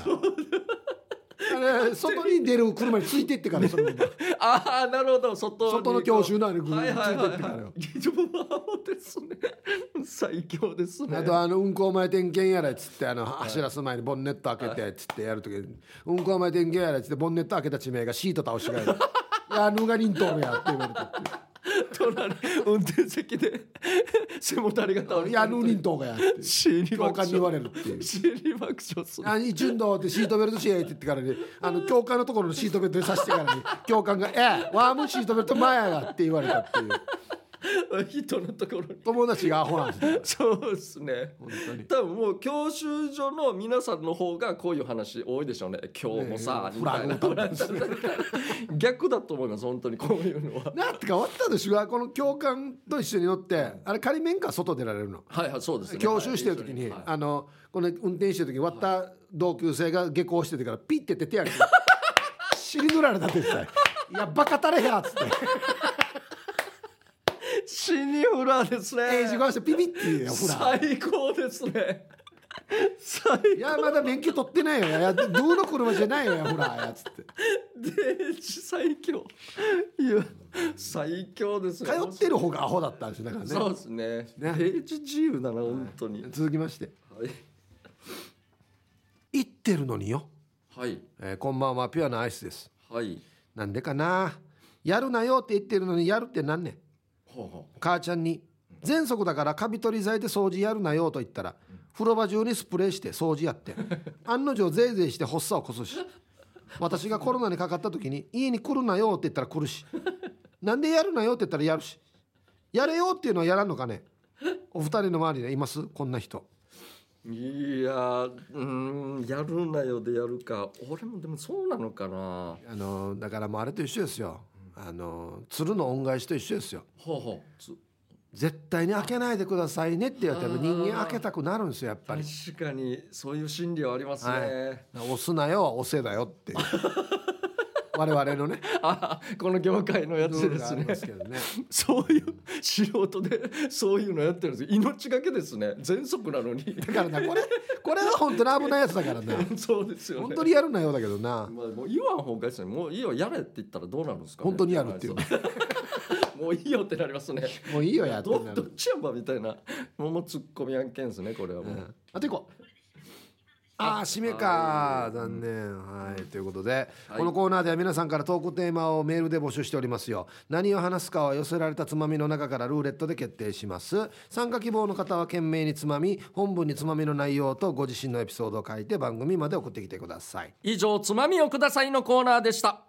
[SPEAKER 2] あれ外に出る車についてってからそのまま
[SPEAKER 1] ああなるほど外に
[SPEAKER 2] 外の教習のあれ
[SPEAKER 1] は
[SPEAKER 2] ぐるぐ
[SPEAKER 1] い
[SPEAKER 2] るつ
[SPEAKER 1] はい
[SPEAKER 2] い
[SPEAKER 1] はい
[SPEAKER 2] てってからよ
[SPEAKER 1] はい自分は青ですね最強ですね
[SPEAKER 2] あとあの運行前点検やらっつってあの走らす前にボンネット開けてっつってやるときに運行前点検やらっつってボンネット開けた地名がシート倒しが いるいやぬがりんとおるやって言われたっていう
[SPEAKER 1] 隣運転席で背もたれが倒れ
[SPEAKER 2] いや、ヌーニントーがやって。
[SPEAKER 1] 死に
[SPEAKER 2] 教
[SPEAKER 1] 爆
[SPEAKER 2] 官
[SPEAKER 1] 笑
[SPEAKER 2] に言われるっていう。
[SPEAKER 1] 死に爆笑する
[SPEAKER 2] あ一運動ってシートベルトしえって言ってからね、あの教官のところのシートベルトにさしてからね、教官が、ええ、ワームシートベルト前やがって言われたっていう。
[SPEAKER 1] 人のところに
[SPEAKER 2] 友達がアホなんですよ。
[SPEAKER 1] そうですね多分もう教習所の皆さんの方がこういう話多いでしょうね今日 もさ、
[SPEAKER 2] ねえ
[SPEAKER 1] みたいな
[SPEAKER 2] フラグ
[SPEAKER 1] 逆だと思います本当にこういうのは
[SPEAKER 2] なんてか、終わったでしょ、この教官と一緒に乗って、あれ仮免か外出られるの。
[SPEAKER 1] はいはいそうですね
[SPEAKER 2] 教習してる時に、
[SPEAKER 1] はい
[SPEAKER 2] あの、この運転してる時、割った同級生が下校しててから、ピッてやって手 やる。尻塗られたって言ってたよいや、バカたれ やっつって。
[SPEAKER 1] シニフラですね
[SPEAKER 2] 英字がしてピピッて言うよ、ほら。
[SPEAKER 1] 最高ですね最
[SPEAKER 2] いやまだ免許取ってないよいやどうの車じゃないよほらやつって
[SPEAKER 1] で最強いや最強です
[SPEAKER 2] 通ってる方がアホだったんですねだから
[SPEAKER 1] そう
[SPEAKER 2] ね
[SPEAKER 1] ですね
[SPEAKER 2] ね
[SPEAKER 1] デージ自由だな本当に
[SPEAKER 2] 続きまして
[SPEAKER 1] はい、
[SPEAKER 2] 行ってるのによ、
[SPEAKER 1] はい
[SPEAKER 2] えーこんばんはピュアなアイスです
[SPEAKER 1] はい
[SPEAKER 2] なんでかなやるなよって言ってるのにやるってなんねん
[SPEAKER 1] ほうほ
[SPEAKER 2] 母ちゃんに「全息だからカビ取り剤で掃除やるなよ」と言ったら風呂場中にスプレーして掃除やって案の定ゼいゼいして発作を起こすし私がコロナにかかった時に「家に来るなよ」って言ったら来るし「なんでやるなよ」って言ったらやるし「やれよ」っていうのはやらんのかねお二人の周りでいますこんな人
[SPEAKER 1] ういやーうーんやるなよでやるか俺もでもそうなのかな
[SPEAKER 2] あのだからもうあれと一緒ですよあの鶴の恩返しと一緒ですよ
[SPEAKER 1] ほうほうつ
[SPEAKER 2] 絶対に開けないでくださいねって言われたら人間開けたくなるんですよやっぱり
[SPEAKER 1] 確かにそういう心理はありますね、
[SPEAKER 2] 押すなよは押せだ よっていう我々のね
[SPEAKER 1] あこの業界のや
[SPEAKER 2] ル
[SPEAKER 1] つ
[SPEAKER 2] ール
[SPEAKER 1] で
[SPEAKER 2] が
[SPEAKER 1] す
[SPEAKER 2] ありま
[SPEAKER 1] ね
[SPEAKER 2] すけどね
[SPEAKER 1] そういう素人でそういうのやってるんです命がけですね全速なのに
[SPEAKER 2] だからなこれこれは本当に危ないやつだからな
[SPEAKER 1] そうですよね
[SPEAKER 2] 本当にやるなよだけどな
[SPEAKER 1] まあ、もう言わん方がいいですね。もういいよ、やれって言ったらどうなるんですか、ね。
[SPEAKER 2] 本当にやるっていう
[SPEAKER 1] は。そう もういいよってなりますね。
[SPEAKER 2] もういいよやって
[SPEAKER 1] ど
[SPEAKER 2] な
[SPEAKER 1] どっ
[SPEAKER 2] る、
[SPEAKER 1] ちやんばみたいな。もうもうツッコミ案件ですね、これは
[SPEAKER 2] う
[SPEAKER 1] もう。
[SPEAKER 2] ん、あと行こうああ締め
[SPEAKER 1] は
[SPEAKER 2] か残念はいということで、
[SPEAKER 1] はい
[SPEAKER 2] このコーナーでは皆さんからトークテーマをメールで募集しておりますよ何を話すかは寄せられたつまみの中からルーレットで決定します参加希望の方は懸命につまみ本文につまみの内容とご自身のエピソードを書いて番組まで送ってきてください
[SPEAKER 1] 以上、つまみをくださいのコーナーでした。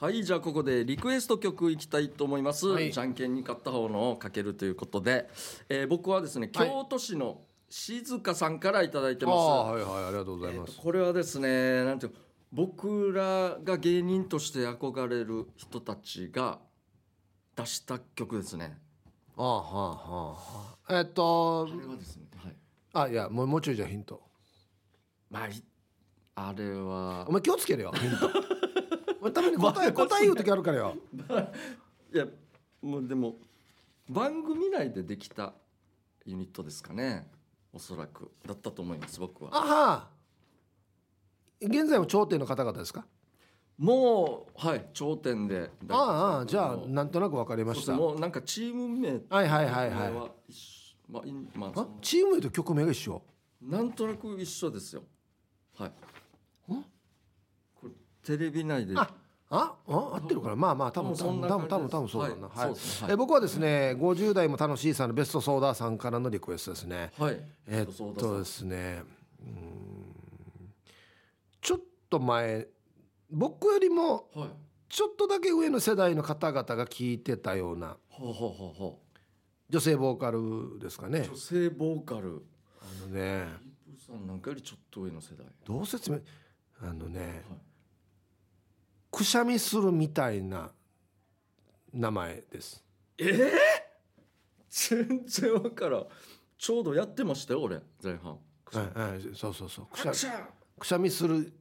[SPEAKER 1] はい、じゃあここでリクエスト曲いきたいと思います。
[SPEAKER 2] はい
[SPEAKER 1] じゃんけんに勝った方のをかけるということで、えー僕はですね、
[SPEAKER 2] はい
[SPEAKER 1] 京都市の静香さんからいただいて
[SPEAKER 2] あ
[SPEAKER 1] ます。
[SPEAKER 2] あはいはいありがとうございます、
[SPEAKER 1] これはですねなんていうか僕らが芸人として憧れる人たちが出した曲ですね。
[SPEAKER 2] ああはあはあえっと
[SPEAKER 1] あれはですね。はい。
[SPEAKER 2] あいやもうもうちょいじゃあヒント
[SPEAKER 1] まあいあれは
[SPEAKER 2] お前気をつけるよヒン トお前たまに答え答え言う時あるからよ
[SPEAKER 1] いやもうでも番組内でできたユニットですかね。おそらくだったと思います僕は。
[SPEAKER 2] あは現在も頂点の方々ですか
[SPEAKER 1] もうはい頂点で。
[SPEAKER 2] ああああじゃあ
[SPEAKER 1] もう
[SPEAKER 2] なんとなく分かりました
[SPEAKER 1] もうなんかチーム名
[SPEAKER 2] はいはいはいはい
[SPEAKER 1] は一緒まあいんまあそ
[SPEAKER 2] あ
[SPEAKER 1] の
[SPEAKER 2] チーム名と曲名が一緒
[SPEAKER 1] なんとなく一緒ですよ。はい。
[SPEAKER 2] ん
[SPEAKER 1] これテレビ内で。
[SPEAKER 2] あああ合ってるからまあまあ多分
[SPEAKER 1] 多
[SPEAKER 2] 多
[SPEAKER 1] 分そ
[SPEAKER 2] 分多
[SPEAKER 1] んな
[SPEAKER 2] 分多分多
[SPEAKER 1] 感
[SPEAKER 2] 分
[SPEAKER 1] じです
[SPEAKER 2] そうだな
[SPEAKER 1] はい
[SPEAKER 2] は
[SPEAKER 1] そう
[SPEAKER 2] い
[SPEAKER 1] ですねはい
[SPEAKER 2] え僕はですね50代も楽しいさんのベストソーダーさんからのリクエストですね
[SPEAKER 1] はい。
[SPEAKER 2] え
[SPEAKER 1] そう
[SPEAKER 2] っ
[SPEAKER 1] だそう
[SPEAKER 2] とで
[SPEAKER 1] だ
[SPEAKER 2] すねうーんちょっと前僕よりも
[SPEAKER 1] はい。
[SPEAKER 2] ちょっとだけ上の世代の方々が聞いてたような
[SPEAKER 1] ほうほうほうほ
[SPEAKER 2] 女性ボーカルですか
[SPEAKER 1] う。
[SPEAKER 2] ね
[SPEAKER 1] 女。性ボーカル。
[SPEAKER 2] あのね
[SPEAKER 1] イプさんなんかよりちょっと上の世代。
[SPEAKER 2] どう説明あのね
[SPEAKER 1] はい
[SPEAKER 2] くしゃみするみたいな名前です。
[SPEAKER 1] ええ全然わからん。ちょうどやってましたよ俺前半。
[SPEAKER 2] はいはいそうそうそうくし
[SPEAKER 1] ア
[SPEAKER 2] ゃ
[SPEAKER 1] クション
[SPEAKER 2] くしゃみする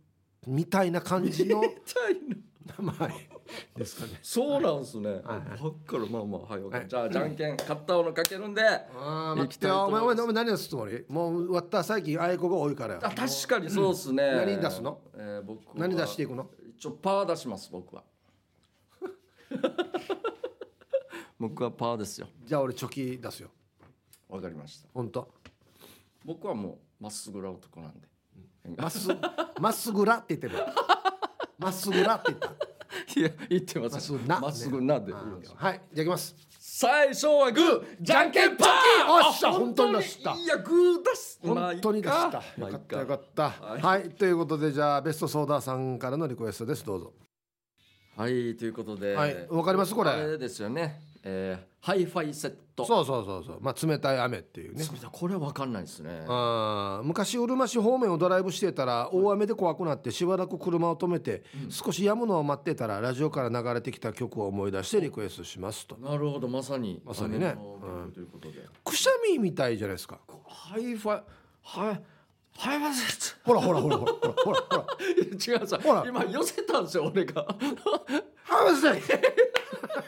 [SPEAKER 2] みたいな感じの
[SPEAKER 1] みたいな。
[SPEAKER 2] 名前ですかね。
[SPEAKER 1] そうなんすね。
[SPEAKER 2] は
[SPEAKER 1] ば
[SPEAKER 2] いはい
[SPEAKER 1] っからまあまあはいわかった。
[SPEAKER 2] はい
[SPEAKER 1] じゃあじゃんけん勝った方のかけるんで。
[SPEAKER 2] ああ
[SPEAKER 1] 行
[SPEAKER 2] 待
[SPEAKER 1] き
[SPEAKER 2] って
[SPEAKER 1] たいと
[SPEAKER 2] よお
[SPEAKER 1] 思
[SPEAKER 2] 前
[SPEAKER 1] い
[SPEAKER 2] お
[SPEAKER 1] ま
[SPEAKER 2] 前
[SPEAKER 1] す
[SPEAKER 2] お前何やすつもりもう終わった最近あいこが多いからよ
[SPEAKER 1] あ確かにそうですね。
[SPEAKER 2] 何出すの？
[SPEAKER 1] えー、僕は
[SPEAKER 2] 何出していくの
[SPEAKER 1] 一応パー出します僕は僕はパーですよ
[SPEAKER 2] じゃあ俺チョキ出すよ
[SPEAKER 1] わかりました
[SPEAKER 2] 本当
[SPEAKER 1] 僕はもうまっすぐな男なんで、
[SPEAKER 2] まっ すまっすぐらって言ってるまっすぐらって言った
[SPEAKER 1] いや言ってま
[SPEAKER 2] まっす
[SPEAKER 1] す
[SPEAKER 2] ぐな
[SPEAKER 1] まっすぐなで、
[SPEAKER 2] あーはいじゃあいきます
[SPEAKER 1] 最初はグーじゃんけんパー
[SPEAKER 2] おっしゃ
[SPEAKER 1] あ
[SPEAKER 2] 本当に出した
[SPEAKER 1] いやグー出す
[SPEAKER 2] 本当に出した
[SPEAKER 1] ま
[SPEAKER 2] よ
[SPEAKER 1] あいいか
[SPEAKER 2] かったよかった
[SPEAKER 1] は
[SPEAKER 2] はいい、ということでじゃあベストソーダーさんからのリクエストですどうぞ
[SPEAKER 1] はいということで、
[SPEAKER 2] はいわかりますこれ
[SPEAKER 1] あれですよね、えー、ハイファイセット
[SPEAKER 2] そうそうそうそうまあ冷たい雨っていうね
[SPEAKER 1] そうだこれはわかんないですね
[SPEAKER 2] あー昔うるま市方面をドライブしてたら大雨で怖くなってしばらく車を止めて少し止むのを待ってたらラジオから流れてきた曲を思い出してリクエストしますと
[SPEAKER 1] なるほどまさに
[SPEAKER 2] まさにね
[SPEAKER 1] あの
[SPEAKER 2] うん
[SPEAKER 1] ということで、
[SPEAKER 2] くしゃみみたいじゃないですか
[SPEAKER 1] ハイファイ、ハイ、ハイファイセ
[SPEAKER 2] ほらほらほらほらほらほらほら
[SPEAKER 1] ット。違うさ
[SPEAKER 2] ほら、
[SPEAKER 1] 今寄せたんですよ、俺が。
[SPEAKER 2] はませ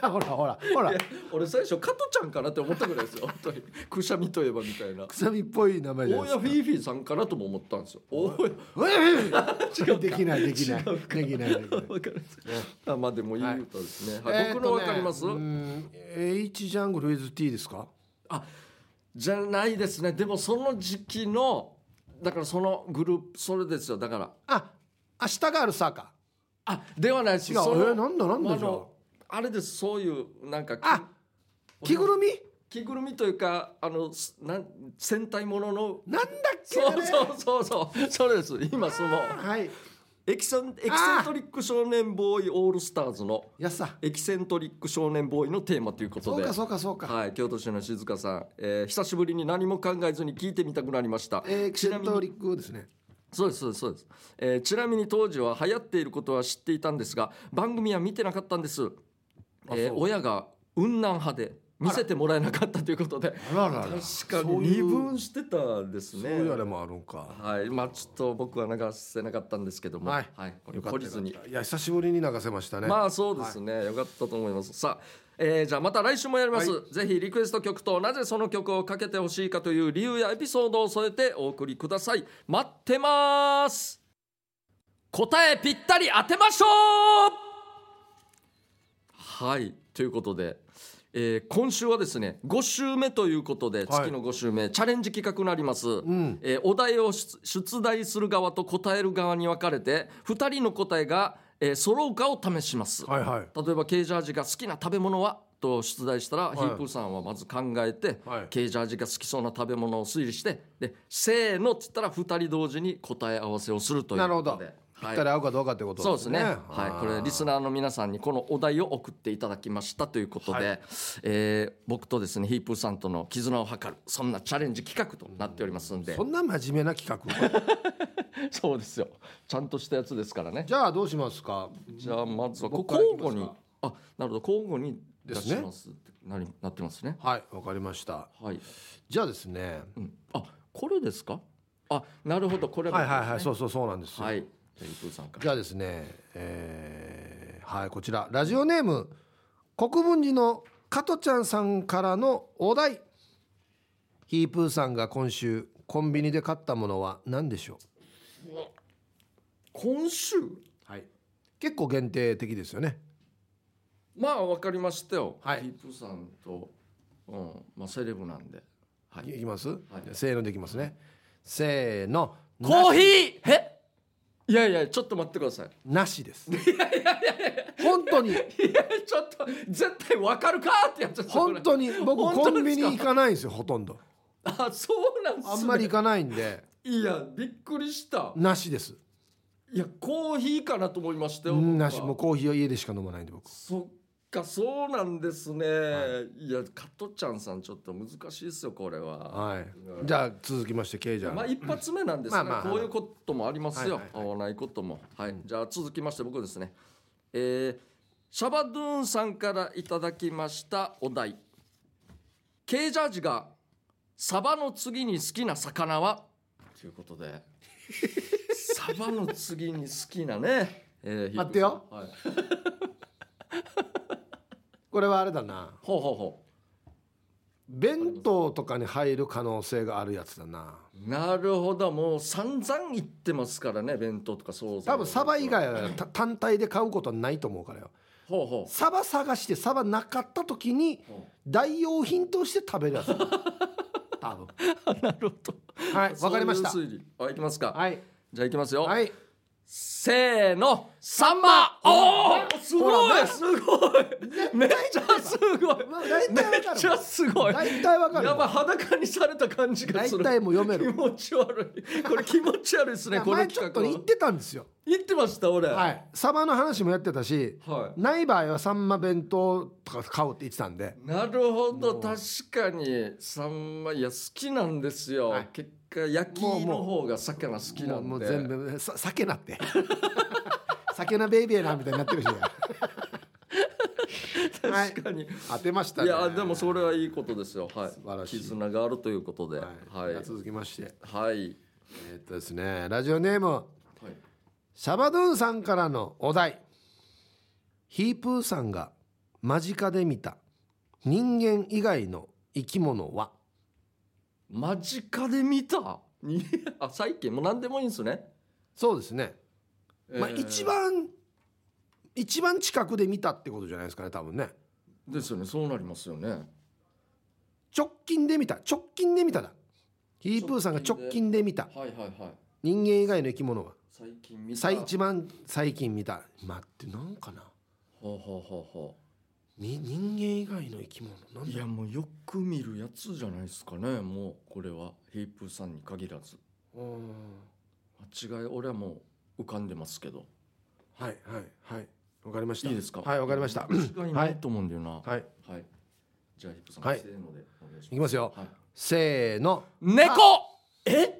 [SPEAKER 2] ほらほらほら
[SPEAKER 1] いや 俺最初加トちゃんかなって思ったぐらいですよ本当にくしゃみといえばみたいな
[SPEAKER 2] くさみっぽい名前じゃ
[SPEAKER 1] 大
[SPEAKER 2] ない
[SPEAKER 1] 家フィーフィーさんかなとも思ったんですよ大家
[SPEAKER 2] ですか
[SPEAKER 1] 違うか
[SPEAKER 2] できないできない
[SPEAKER 1] 違う
[SPEAKER 2] できないで きない
[SPEAKER 1] わかるあまあでもいい歌ですね、はい僕のわかります、
[SPEAKER 2] えーとねうん、H ジャングル with T ですか
[SPEAKER 1] あじゃないですねでもその時期のだからそのグループそれですよだから
[SPEAKER 2] あ明日があるさか
[SPEAKER 1] あではないです
[SPEAKER 2] 違う
[SPEAKER 1] その
[SPEAKER 2] えーなんだなんだ
[SPEAKER 1] あ
[SPEAKER 2] じゃあ
[SPEAKER 1] のあれですそういうなんかき
[SPEAKER 2] あ着ぐるみ
[SPEAKER 1] 着ぐるみというかあのすなん戦隊ものの
[SPEAKER 2] なんだっけ
[SPEAKER 1] そう
[SPEAKER 2] う
[SPEAKER 1] そうそうそうそれです今その
[SPEAKER 2] はい
[SPEAKER 1] エキセンエキセントリック少年ボーイオールスターズの
[SPEAKER 2] やっさ
[SPEAKER 1] エキセントリック少年ボーイのテーマということ
[SPEAKER 2] そう
[SPEAKER 1] で
[SPEAKER 2] かそうかそうか、
[SPEAKER 1] はい、京都市の静香さん、えー久しぶりに何も考えずに聞いてみたくなりました、
[SPEAKER 2] えー、エキ
[SPEAKER 1] ち
[SPEAKER 2] セ
[SPEAKER 1] な
[SPEAKER 2] ン
[SPEAKER 1] み
[SPEAKER 2] ト
[SPEAKER 1] に
[SPEAKER 2] リックですね
[SPEAKER 1] そうですそうですそうです、えーちなみに当時は流行っていることは知っていたんですが番組は見てなかったんです、えー
[SPEAKER 2] そう
[SPEAKER 1] 親が雲南派で見せてもらえなかったということで
[SPEAKER 2] あららら
[SPEAKER 1] 確か
[SPEAKER 2] そう
[SPEAKER 1] に二
[SPEAKER 2] いう
[SPEAKER 1] 分してたです
[SPEAKER 2] そう
[SPEAKER 1] ね
[SPEAKER 2] いうあれもあるんか
[SPEAKER 1] はいまあちょっと僕は流せなかったんですけども、
[SPEAKER 2] は
[SPEAKER 1] はいいこれ
[SPEAKER 2] よか
[SPEAKER 1] 懲
[SPEAKER 2] っ
[SPEAKER 1] りず
[SPEAKER 2] た
[SPEAKER 1] に
[SPEAKER 2] いや久しぶりに流せましたね、
[SPEAKER 1] まあそうですね、よかったと思いますさあ、えーじゃあまた来週もやります、
[SPEAKER 2] は
[SPEAKER 1] ぜひリクエスト曲となぜその曲をかけてほしいかという理由やエピソードを添えてお送りください待ってます答えぴったり当てましょうはいということで、えー今週はですね5週目ということで、月の5週目チャレンジ企画になります、
[SPEAKER 2] うん
[SPEAKER 1] えーお題を出出題する側と答える側に分かれて2人の答えが、えー揃うかを試します、
[SPEAKER 2] はいはい
[SPEAKER 1] 例えばケージャージが好きな食べ物はと出題したら、
[SPEAKER 2] い
[SPEAKER 1] ヒープーさんはまず考えて、
[SPEAKER 2] はい
[SPEAKER 1] ケージャージが好きそうな食べ物を推理してでせーのって言ったら2人同時に答え合わせをするという
[SPEAKER 2] なるほ
[SPEAKER 1] こと
[SPEAKER 2] ど
[SPEAKER 1] で
[SPEAKER 2] ぴっ
[SPEAKER 1] はい
[SPEAKER 2] たり合うかどうかってこと
[SPEAKER 1] そうですね。はい
[SPEAKER 2] あ、ー
[SPEAKER 1] これリスナーの皆さんにこのお題を送っていただきましたということで、えー僕とですねヒープーさんとの絆を図るそんなチャレンジ企画となっておりますんで、
[SPEAKER 2] そんな真面目な企画
[SPEAKER 1] そうですよ。ちゃんとしたやつですからね。
[SPEAKER 2] じゃあどうしますか
[SPEAKER 1] じゃあまずはこ
[SPEAKER 2] 僕からい
[SPEAKER 1] 交
[SPEAKER 2] きます
[SPEAKER 1] 互
[SPEAKER 2] か
[SPEAKER 1] にあなるほど交互に出
[SPEAKER 2] です
[SPEAKER 1] し
[SPEAKER 2] ね
[SPEAKER 1] ますってなりなってますね。
[SPEAKER 2] はいわかりました
[SPEAKER 1] はい。
[SPEAKER 2] じゃあですね
[SPEAKER 1] うん。あこれですか。あなるほどこれも
[SPEAKER 2] はいはいはい
[SPEAKER 1] ですね
[SPEAKER 2] そうそうそうなんですよ
[SPEAKER 1] はい。じゃあヒープーさんから。
[SPEAKER 2] じゃあですね、えーはいこちらラジオネーム国分寺の加トちゃんさんからのお題ヒープーさんが今週コンビニで買ったものは何でしょ
[SPEAKER 1] 今週
[SPEAKER 2] う、はい、結構限定的ですよね
[SPEAKER 1] まあわかりましたよ。
[SPEAKER 2] はい
[SPEAKER 1] ヒープーさんとうんまあセレブなんで。はい
[SPEAKER 2] いきます、
[SPEAKER 1] い
[SPEAKER 2] せーのでいきますねせーの
[SPEAKER 1] コー
[SPEAKER 2] な
[SPEAKER 1] ヒーえいやいやちょっと待ってください
[SPEAKER 2] なしです本当に
[SPEAKER 1] いや ちょっと絶対わかるかってやつですよこれ
[SPEAKER 2] 本当に僕
[SPEAKER 1] 本当で
[SPEAKER 2] コ
[SPEAKER 1] すか
[SPEAKER 2] ンビニ行かないんですよほとんど
[SPEAKER 1] あそうなんですね
[SPEAKER 2] あんまり行かないんで
[SPEAKER 1] いやびっくりした
[SPEAKER 2] なしです
[SPEAKER 1] いやコーヒーかなと思いましたよ
[SPEAKER 2] うんなし
[SPEAKER 1] 僕は
[SPEAKER 2] もうコーヒーは家でしか飲まないんで僕
[SPEAKER 1] そっかそうなんですね、い、や加トちゃんさんちょっと難しいですよこれは、
[SPEAKER 2] はい。じゃあ続きましてケイジャー。
[SPEAKER 1] まあ一発目なんですが、
[SPEAKER 2] まあまあ
[SPEAKER 1] こういうこともありますよ、
[SPEAKER 2] はいはい
[SPEAKER 1] 合わないことも、はいじゃあ続きまして僕ですね、えーシャバドゥーンさんからいただきましたお題「ケージャージがサバの次に好きな魚は?」ということで サバの次に好きなね、えー
[SPEAKER 2] 待ってよ、
[SPEAKER 1] ヒップさんはい
[SPEAKER 2] これはあれだな。
[SPEAKER 1] ほうほうほ
[SPEAKER 2] 弁当とかに入る可能性があるやつだな。
[SPEAKER 1] うなるほどもう散々言ってますからね弁当とかそう
[SPEAKER 2] 多分サバ以外はた単体で買うことはないと思うからよ。
[SPEAKER 1] ほうほう
[SPEAKER 2] サバ探してサバなかった時に
[SPEAKER 1] ほう
[SPEAKER 2] 代用品として食べるやつだな。多分。
[SPEAKER 1] なるほど
[SPEAKER 2] はい。わかりました。
[SPEAKER 1] そういう推理あ、いきますか。
[SPEAKER 2] はい。
[SPEAKER 1] じゃあ、いきますよ。
[SPEAKER 2] はい。
[SPEAKER 1] せーの、サンマ。おお、す
[SPEAKER 2] ほ
[SPEAKER 1] ご
[SPEAKER 2] ら
[SPEAKER 1] い、すごい。めっちゃすごい。
[SPEAKER 2] まあ大
[SPEAKER 1] め
[SPEAKER 2] 体わ
[SPEAKER 1] っち
[SPEAKER 2] か
[SPEAKER 1] ゃ
[SPEAKER 2] る。
[SPEAKER 1] すごい。
[SPEAKER 2] 大体わかる
[SPEAKER 1] やばい、裸にされた感じが
[SPEAKER 2] 大
[SPEAKER 1] する。
[SPEAKER 2] 体もう読め
[SPEAKER 1] 気
[SPEAKER 2] る。
[SPEAKER 1] 持ち悪い。これ気持ち悪いです
[SPEAKER 2] い
[SPEAKER 1] ね。
[SPEAKER 2] や
[SPEAKER 1] この
[SPEAKER 2] 前ちょっ
[SPEAKER 1] 企
[SPEAKER 2] と
[SPEAKER 1] 画
[SPEAKER 2] 言っ
[SPEAKER 1] は。
[SPEAKER 2] てたんですよ。
[SPEAKER 1] 言ってました、俺。
[SPEAKER 2] は。
[SPEAKER 1] はい
[SPEAKER 2] サバの話もやってた
[SPEAKER 1] い。
[SPEAKER 2] し、ない場合はサンマ弁当とか買おうって言ってたんで。
[SPEAKER 1] なるほど、確かに。サンマ、いや、好きなんですよ
[SPEAKER 2] はい。
[SPEAKER 1] 結果、焼きの方が魚好きなんで。
[SPEAKER 2] もうもう全部さ酒なって 酒なベイビーやなみたいになってるしはい
[SPEAKER 1] 確かに。
[SPEAKER 2] 当てました
[SPEAKER 1] い
[SPEAKER 2] ね
[SPEAKER 1] やでもそれはいいことですよ。はい。
[SPEAKER 2] 晴らしい
[SPEAKER 1] 絆があるということで。は
[SPEAKER 2] はい
[SPEAKER 1] い。はい。
[SPEAKER 2] 続きまして
[SPEAKER 1] はい。
[SPEAKER 2] えーっとですねラジオネームシャバドゥンさんからのお題ヒープーさんが間近で見た人間以外の生き物は
[SPEAKER 1] 間近で見たいやあ最近もう何でもいいんですね、
[SPEAKER 2] そうですね、まあ、
[SPEAKER 1] えー
[SPEAKER 2] 一番一番近くで見たってことじゃないですかね多分ね
[SPEAKER 1] ですよねそうなりますよね
[SPEAKER 2] 直近で見た直近で見ただヒープーさんが直近で見た
[SPEAKER 1] はいはいはい
[SPEAKER 2] 人間以外の生き物は
[SPEAKER 1] 最近見た
[SPEAKER 2] 最一番最近見た待ってなんかな
[SPEAKER 1] ほうほうほうほ
[SPEAKER 2] み人間以外の生き物な
[SPEAKER 1] うんい
[SPEAKER 2] だ
[SPEAKER 1] やもうよく見るやつじゃないですかねもうこれはヘイプーさんに限らず
[SPEAKER 2] うん
[SPEAKER 1] 間違い俺はもう浮かんでますけど
[SPEAKER 2] はいはいはいわかりました
[SPEAKER 1] いいですか
[SPEAKER 2] はいわかりました
[SPEAKER 1] 間違い
[SPEAKER 2] は
[SPEAKER 1] ない
[SPEAKER 2] い
[SPEAKER 1] と思うんだよなは
[SPEAKER 2] は
[SPEAKER 1] い、
[SPEAKER 2] い
[SPEAKER 1] じゃあヘイプーさん、
[SPEAKER 2] はい
[SPEAKER 1] せーのでお願いし
[SPEAKER 2] いき
[SPEAKER 1] ま
[SPEAKER 2] ますよ
[SPEAKER 1] す、はい、
[SPEAKER 2] せーの
[SPEAKER 1] 猫え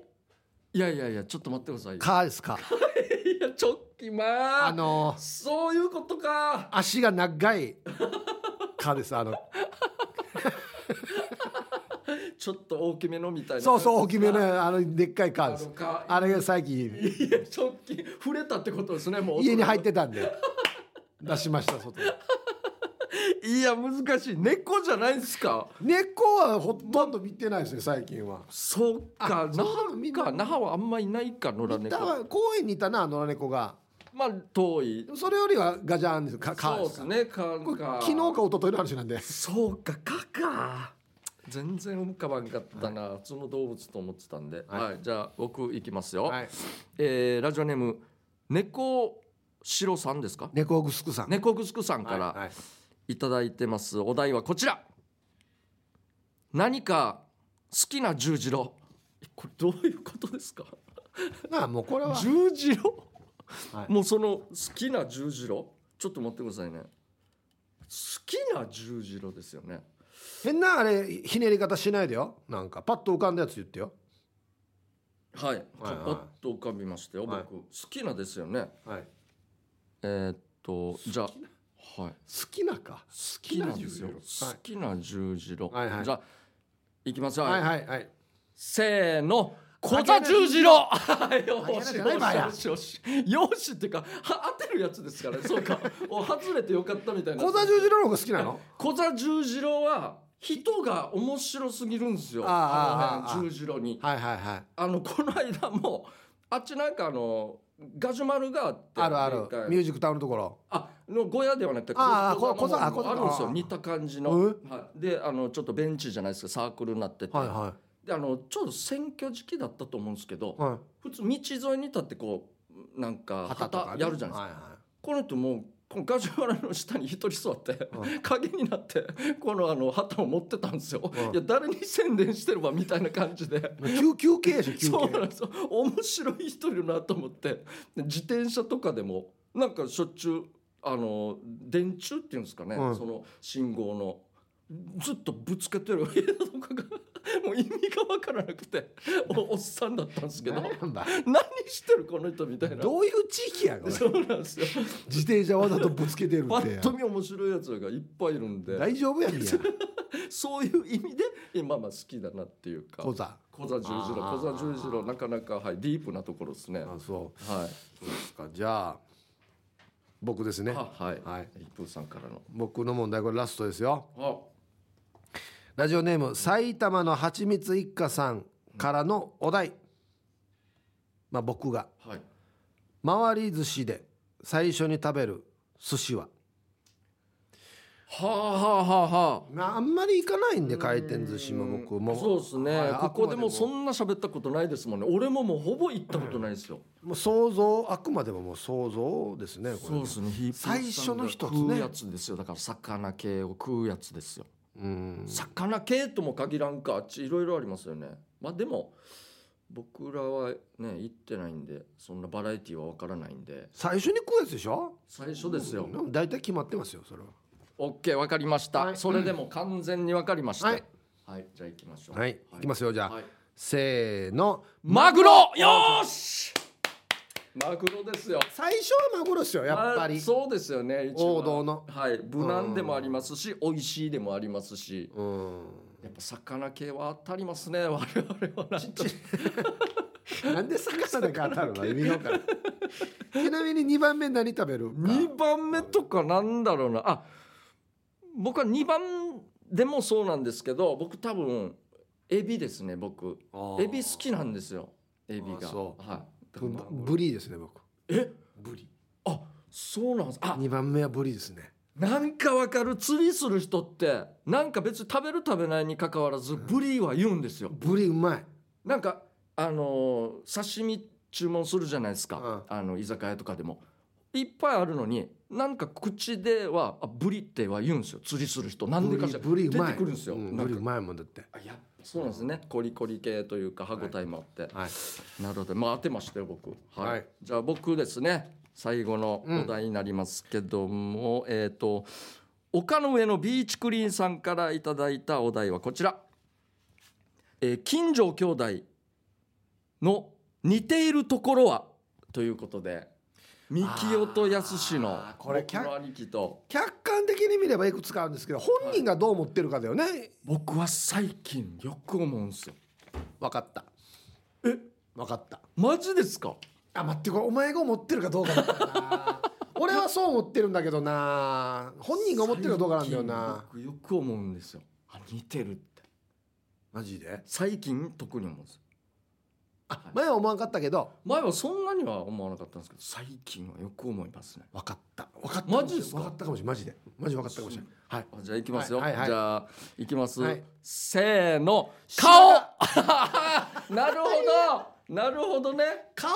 [SPEAKER 1] いやいやいやちょっと待ってくださいよ
[SPEAKER 2] カーです か
[SPEAKER 1] いやチョッキまー
[SPEAKER 2] あのー
[SPEAKER 1] そういうことか
[SPEAKER 2] 足が長いカーで すあの
[SPEAKER 1] ちょっと大きめのみたいな
[SPEAKER 2] そうそう大
[SPEAKER 1] 感
[SPEAKER 2] き
[SPEAKER 1] じ
[SPEAKER 2] め
[SPEAKER 1] ですか
[SPEAKER 2] のあのでっかいカーです
[SPEAKER 1] あのカー
[SPEAKER 2] あれが最近
[SPEAKER 1] いやチョッキ触れたってことですねもう
[SPEAKER 2] 家に入ってたんで出しました外に
[SPEAKER 1] いや難しい猫じゃないですか
[SPEAKER 2] 猫はほとんど見てないですね最近は
[SPEAKER 1] そう
[SPEAKER 2] あ
[SPEAKER 1] か那
[SPEAKER 2] そうみ
[SPEAKER 1] 覇
[SPEAKER 2] ん
[SPEAKER 1] か那
[SPEAKER 2] な
[SPEAKER 1] 覇はあんまいないか野良
[SPEAKER 2] 見た
[SPEAKER 1] 猫
[SPEAKER 2] わ公園にいたな野良猫が
[SPEAKER 1] まあ遠い
[SPEAKER 2] でもそれよりはガジャーンですよカカ
[SPEAKER 1] そ
[SPEAKER 2] ー
[SPEAKER 1] う
[SPEAKER 2] で
[SPEAKER 1] ですす
[SPEAKER 2] か
[SPEAKER 1] ねか
[SPEAKER 2] これ
[SPEAKER 1] か
[SPEAKER 2] 昨日か一昨日の話なんで
[SPEAKER 1] そうかかか全然浮かばんかったな、普通の動物と思ってたんで、
[SPEAKER 2] はい
[SPEAKER 1] はいじゃあ僕いきますよ、
[SPEAKER 2] はい
[SPEAKER 1] えーラジオネーム猫白さんですか
[SPEAKER 2] 猫グスクさん
[SPEAKER 1] 猫ぐすくさんか
[SPEAKER 2] はいは
[SPEAKER 1] ら
[SPEAKER 2] い
[SPEAKER 1] いただいてます、お題はこちら何か好きな十字路えこれどういうことですか
[SPEAKER 2] まあもうこれは
[SPEAKER 1] 十字路、
[SPEAKER 2] はい
[SPEAKER 1] もうその好きな十字路ちょっと待ってくださいね好きな十字路ですよね
[SPEAKER 2] 変なあれひねり方しないでよなんかパッと浮かんだやつ言ってよ
[SPEAKER 1] はい、
[SPEAKER 2] はい
[SPEAKER 1] パッと浮かびましたよ、
[SPEAKER 2] はい
[SPEAKER 1] 僕好きなですよね
[SPEAKER 2] はい
[SPEAKER 1] えーっとじゃあはい
[SPEAKER 2] 好きなか
[SPEAKER 1] 好きなんですよ
[SPEAKER 2] 好きな十字
[SPEAKER 1] 好
[SPEAKER 2] 路はい
[SPEAKER 1] きな十字路、
[SPEAKER 2] はいはい
[SPEAKER 1] じゃあいきますよ、
[SPEAKER 2] はいはいはい
[SPEAKER 1] せーの小田十字路よし
[SPEAKER 2] 諦めてない
[SPEAKER 1] よしよしよしっていうかは当てるやつですから ねそうかお外れてよかったみたいな
[SPEAKER 2] 小座十字路の方が好きなの
[SPEAKER 1] 小田十字路は人が面白すぎるんですよ
[SPEAKER 2] あーあー
[SPEAKER 1] あの辺十字路に
[SPEAKER 2] はいはいはい
[SPEAKER 1] あのこの間もあっちなんかあのガジュマルがあって
[SPEAKER 2] あるある
[SPEAKER 1] なんか
[SPEAKER 2] ミュージックタウンのところ
[SPEAKER 1] あの小屋ではなくて
[SPEAKER 2] あー
[SPEAKER 1] 小小座の
[SPEAKER 2] 小座
[SPEAKER 1] 方
[SPEAKER 2] あ小座
[SPEAKER 1] あるんですよ
[SPEAKER 2] あー
[SPEAKER 1] 似た感じの、
[SPEAKER 2] え
[SPEAKER 1] はい、であのちょっとベンチじゃないですかサークルになってて、
[SPEAKER 2] はいは
[SPEAKER 1] であのちょうど選挙時期だったと思うんですけど、
[SPEAKER 2] いはい
[SPEAKER 1] 普通道沿いに立ってこうなんか旗やるじゃないですか、
[SPEAKER 2] はいは
[SPEAKER 1] この人もうこのガジュマルの下に一人座って、
[SPEAKER 2] う
[SPEAKER 1] 影になってこのあの旗を持ってたんですよ、
[SPEAKER 2] うん
[SPEAKER 1] いや誰に宣伝してるわみたいな感じで。
[SPEAKER 2] い休休憩でしょ休
[SPEAKER 1] そうなん
[SPEAKER 2] 憩
[SPEAKER 1] ですよ面白い人いるなと思ってで自転車とかでもなんかしょっちゅうあの電柱っていうんですかね、
[SPEAKER 2] うん
[SPEAKER 1] その信号のずっとぶつけてる枝とかが もう意味が分からなくておおっさんだったんですけど
[SPEAKER 2] 何なんだ
[SPEAKER 1] 何してるこの人みたいな
[SPEAKER 2] どういう地域やこ れ
[SPEAKER 1] そうなんですよ
[SPEAKER 2] 自転車わざとぶつけてる
[SPEAKER 1] パ
[SPEAKER 2] っ
[SPEAKER 1] ッ
[SPEAKER 2] て
[SPEAKER 1] と見面白いやつがいっぱいいるんで
[SPEAKER 2] 大丈夫やんや
[SPEAKER 1] そういう意味で今まあ好きだなっていうか
[SPEAKER 2] 小座
[SPEAKER 1] 小座十字路
[SPEAKER 2] あー
[SPEAKER 1] 小座十字路なかなかはいディープなところですね
[SPEAKER 2] あ
[SPEAKER 1] はい
[SPEAKER 2] そ
[SPEAKER 1] う
[SPEAKER 2] そうですかじゃあ僕ですね
[SPEAKER 1] あはい、
[SPEAKER 2] はい
[SPEAKER 1] リプーさんからの。
[SPEAKER 2] 僕の問題これラストですよ
[SPEAKER 1] あ、
[SPEAKER 2] ラジオネーム埼玉のはちみつ一家さんからのお題まあ僕が
[SPEAKER 1] はい。
[SPEAKER 2] 回り寿司で最初に食べる寿司は
[SPEAKER 1] はあはあはあはあ。
[SPEAKER 2] まああんまり行かないんで回転寿司も僕も
[SPEAKER 1] そうですね、
[SPEAKER 2] はい
[SPEAKER 1] ここで
[SPEAKER 2] あくまで
[SPEAKER 1] も
[SPEAKER 2] も
[SPEAKER 1] そんな喋ったことないですもんね。俺ももうほぼ行ったことないですよ。
[SPEAKER 2] もう想像あくまでももう想像ですねこれ
[SPEAKER 1] そうですね。ヒープーさんが
[SPEAKER 2] 最初の一つね
[SPEAKER 1] 食うやつですよ。だから魚系を食うやつですよ。
[SPEAKER 2] うん
[SPEAKER 1] 魚系とも限らんか、あっちいろいろありますよね。まあでも僕らはね行ってないんで、そんなバラエティーはわからないんで、
[SPEAKER 2] 最初に食うやつでしょ
[SPEAKER 1] 最初ですよ。
[SPEAKER 2] うん大体決まってますよそれは
[SPEAKER 1] オッケーわかりました、
[SPEAKER 2] はい
[SPEAKER 1] それでも完全にわかりました。は
[SPEAKER 2] はいい、
[SPEAKER 1] じゃあ行きましょう。
[SPEAKER 2] はい、い、きますよじゃあ、
[SPEAKER 1] はい
[SPEAKER 2] せーの
[SPEAKER 1] マグロよーしマグロですよ
[SPEAKER 2] 最初はマグロですよやっぱ
[SPEAKER 1] まあ
[SPEAKER 2] り
[SPEAKER 1] そうですよね一番
[SPEAKER 2] 王道の
[SPEAKER 1] はい無難でもありますし美味しいでもありますし
[SPEAKER 2] うん
[SPEAKER 1] やっぱ魚系は当たりますね我 々はなんと
[SPEAKER 2] なんで魚だけ当たるの意味がわからんちなみに二番目何食べるか
[SPEAKER 1] 2番目とかなんだろうなあ僕は2番でもそうなんですけど僕多分エビですね僕エビ好きなんですよエビが
[SPEAKER 2] あそう
[SPEAKER 1] はいだか
[SPEAKER 2] ブ
[SPEAKER 1] らまあ
[SPEAKER 2] ブリですね僕
[SPEAKER 1] え
[SPEAKER 2] ブリ
[SPEAKER 1] あそうなんですあ
[SPEAKER 2] 2番目はブリですね
[SPEAKER 1] なんかわかる釣りする人ってなんか別に食べる食べないにかかわらずブリは言うんですよ
[SPEAKER 2] ブリうまい
[SPEAKER 1] なんかあのー刺身注文するじゃないですか、あの居酒屋とかでもいっぱいあるのになんか口ではあブリっては言うんですよ釣りする人なんでかしら
[SPEAKER 2] ブリブリう
[SPEAKER 1] 出
[SPEAKER 2] ま
[SPEAKER 1] て
[SPEAKER 2] い
[SPEAKER 1] くるんですよ、
[SPEAKER 2] う
[SPEAKER 1] なん
[SPEAKER 2] ブ
[SPEAKER 1] か
[SPEAKER 2] リうまいもんだって
[SPEAKER 1] あいやそうなんですねコリコリ系というか歯ごたえもあって、
[SPEAKER 2] はい
[SPEAKER 1] なのでまあ当てましたよ僕はい、
[SPEAKER 2] はい
[SPEAKER 1] じゃあ僕ですね最後のお題になりますけども、えっ、と丘の上のビーチクリーンさんからいただいたお題はこちら、えー近所兄弟の似ているところはということで三木夫と安志の
[SPEAKER 2] あーこれ
[SPEAKER 1] 僕の兄貴と
[SPEAKER 2] 客観的に見ればいくつかあるんですけど本人がどう思ってるかだよね、
[SPEAKER 1] 僕は最近よく思うんですよ
[SPEAKER 2] 分かった
[SPEAKER 1] え
[SPEAKER 2] 分かった
[SPEAKER 1] マジですか
[SPEAKER 2] あ待ってこれお前が思ってるかどうかなんだよな俺はそう思ってるんだけどな本人が思ってるかどうかなんだよな
[SPEAKER 1] 最近僕よく思うんですよあ似てるって
[SPEAKER 2] マジで
[SPEAKER 1] 最近特に思うんですよ
[SPEAKER 2] あ前は思わんかったけど
[SPEAKER 1] 前はそんなには思わなかったんですけど最近はよく思いますね
[SPEAKER 2] 分かった分かった
[SPEAKER 1] マジですか
[SPEAKER 2] 分かったかもしれないマジでマジ分かったかもしれないはい
[SPEAKER 1] あじゃあ行きますよ、
[SPEAKER 2] はいはいはい
[SPEAKER 1] じゃあ行きます、
[SPEAKER 2] はい
[SPEAKER 1] せーの顔 なるほどなるほどね
[SPEAKER 2] 顔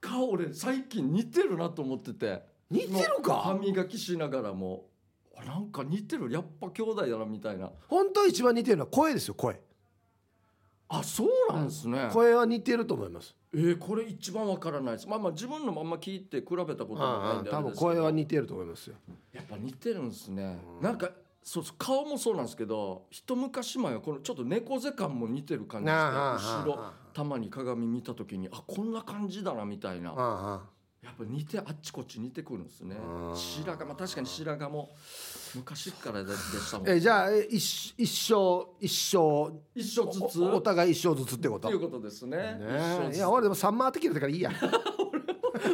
[SPEAKER 1] 顔俺最近似てるなと思ってて
[SPEAKER 2] 似てる
[SPEAKER 1] 歯
[SPEAKER 2] か
[SPEAKER 1] 磨きしながらもあなんか似てるやっぱ兄弟だなみたいな
[SPEAKER 2] 本当一番似てるのは声ですよ声
[SPEAKER 1] あそうなんですね
[SPEAKER 2] 声は似てると思います
[SPEAKER 1] えー、これ一番わからないですまあまあ自分のまんま聞いて比べたこともないんで
[SPEAKER 2] 多
[SPEAKER 1] あれ
[SPEAKER 2] 分
[SPEAKER 1] ですけど
[SPEAKER 2] 声は似てると思いますよ
[SPEAKER 1] やっぱ似てるんですね、
[SPEAKER 2] うん
[SPEAKER 1] なんかそうそう顔もそうなんですけど一昔前はこのちょっと猫背感も似てる感じで
[SPEAKER 2] な
[SPEAKER 1] 後ろたまに鏡見た時にあこんな感じだなみたいな
[SPEAKER 2] ああああ
[SPEAKER 1] やっぱ似てあっちこっち似てくるんですね
[SPEAKER 2] うん
[SPEAKER 1] 白髪まあ確かに白髪も昔からででしたもん
[SPEAKER 2] えじゃあえ一一生一生
[SPEAKER 1] 一生ずつ
[SPEAKER 2] おお
[SPEAKER 1] っ
[SPEAKER 2] 互い一生ずつってこと
[SPEAKER 1] ていうことですね
[SPEAKER 2] ね
[SPEAKER 1] 一生ず
[SPEAKER 2] え
[SPEAKER 1] つ
[SPEAKER 2] いや俺でもサンマーテキルだからいいや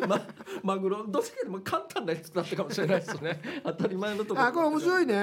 [SPEAKER 1] まマグロどっちかでも簡単なやつだったかもしれないですね当たり前のところ
[SPEAKER 2] あこれ面白いね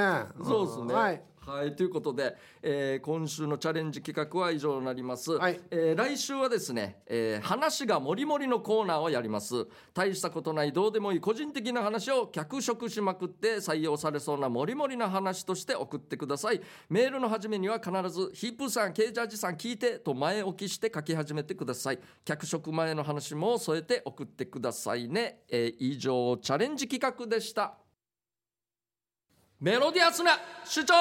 [SPEAKER 1] そうですね。
[SPEAKER 2] んは
[SPEAKER 1] はいい、ということで、えー今週のチャレンジ企画は以上になります。
[SPEAKER 2] はい
[SPEAKER 1] えー来週はですね、えー話がもりもりのコーナーをやります。大したことないどうでもいい個人的な話を脚色しまくって採用されそうなもりもりな話として送ってください。メールの始めには必ずヒップさん、ケイジャージさん聞いてと前置きして書き始めてください。脚色前の話も添えて送ってくださいね。えー以上チャレンジ企画でした。メロディアスな主張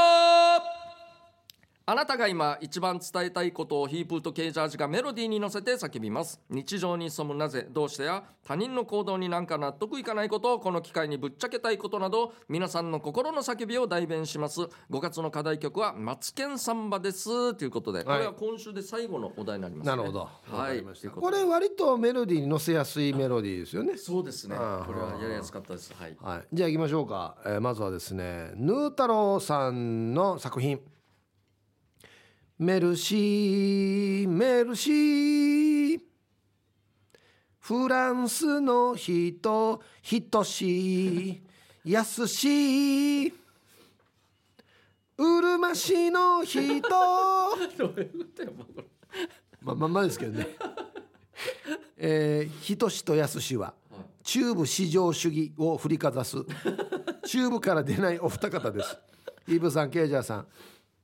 [SPEAKER 1] あなたが今一番伝えたいことをヒープーとケイジャージがメロディーに乗せて叫びます日常に潜むなぜどうしてや他人の行動になんか納得いかないことをこの機会にぶっちゃけたいことなど皆さんの心の叫びを代弁します5月の課題曲は「マツケンサンバ」ですということで、これは今週で最後のお題になりますね
[SPEAKER 2] なるほど、わ
[SPEAKER 1] は
[SPEAKER 2] か
[SPEAKER 1] い
[SPEAKER 2] りまし
[SPEAKER 1] とい
[SPEAKER 2] た
[SPEAKER 1] うこと
[SPEAKER 2] こ
[SPEAKER 1] で
[SPEAKER 2] れ割とメロディーに乗せやすいメロディーですよね
[SPEAKER 1] そうですね
[SPEAKER 2] あー
[SPEAKER 1] これはやりやすかったですはい
[SPEAKER 2] はいじゃあ行きましょうか、えーまずはですねヌー太郎さんの作品「メルシーメルシー」フランスの人等しい安しいうるま市の人
[SPEAKER 1] どういうことやもうこれ
[SPEAKER 2] まあまんまですけど ねえー、人志と安しは
[SPEAKER 1] はい
[SPEAKER 2] 中部至上主義を振りかざす中部から出ないお二方ですイーブさんケイジャーさん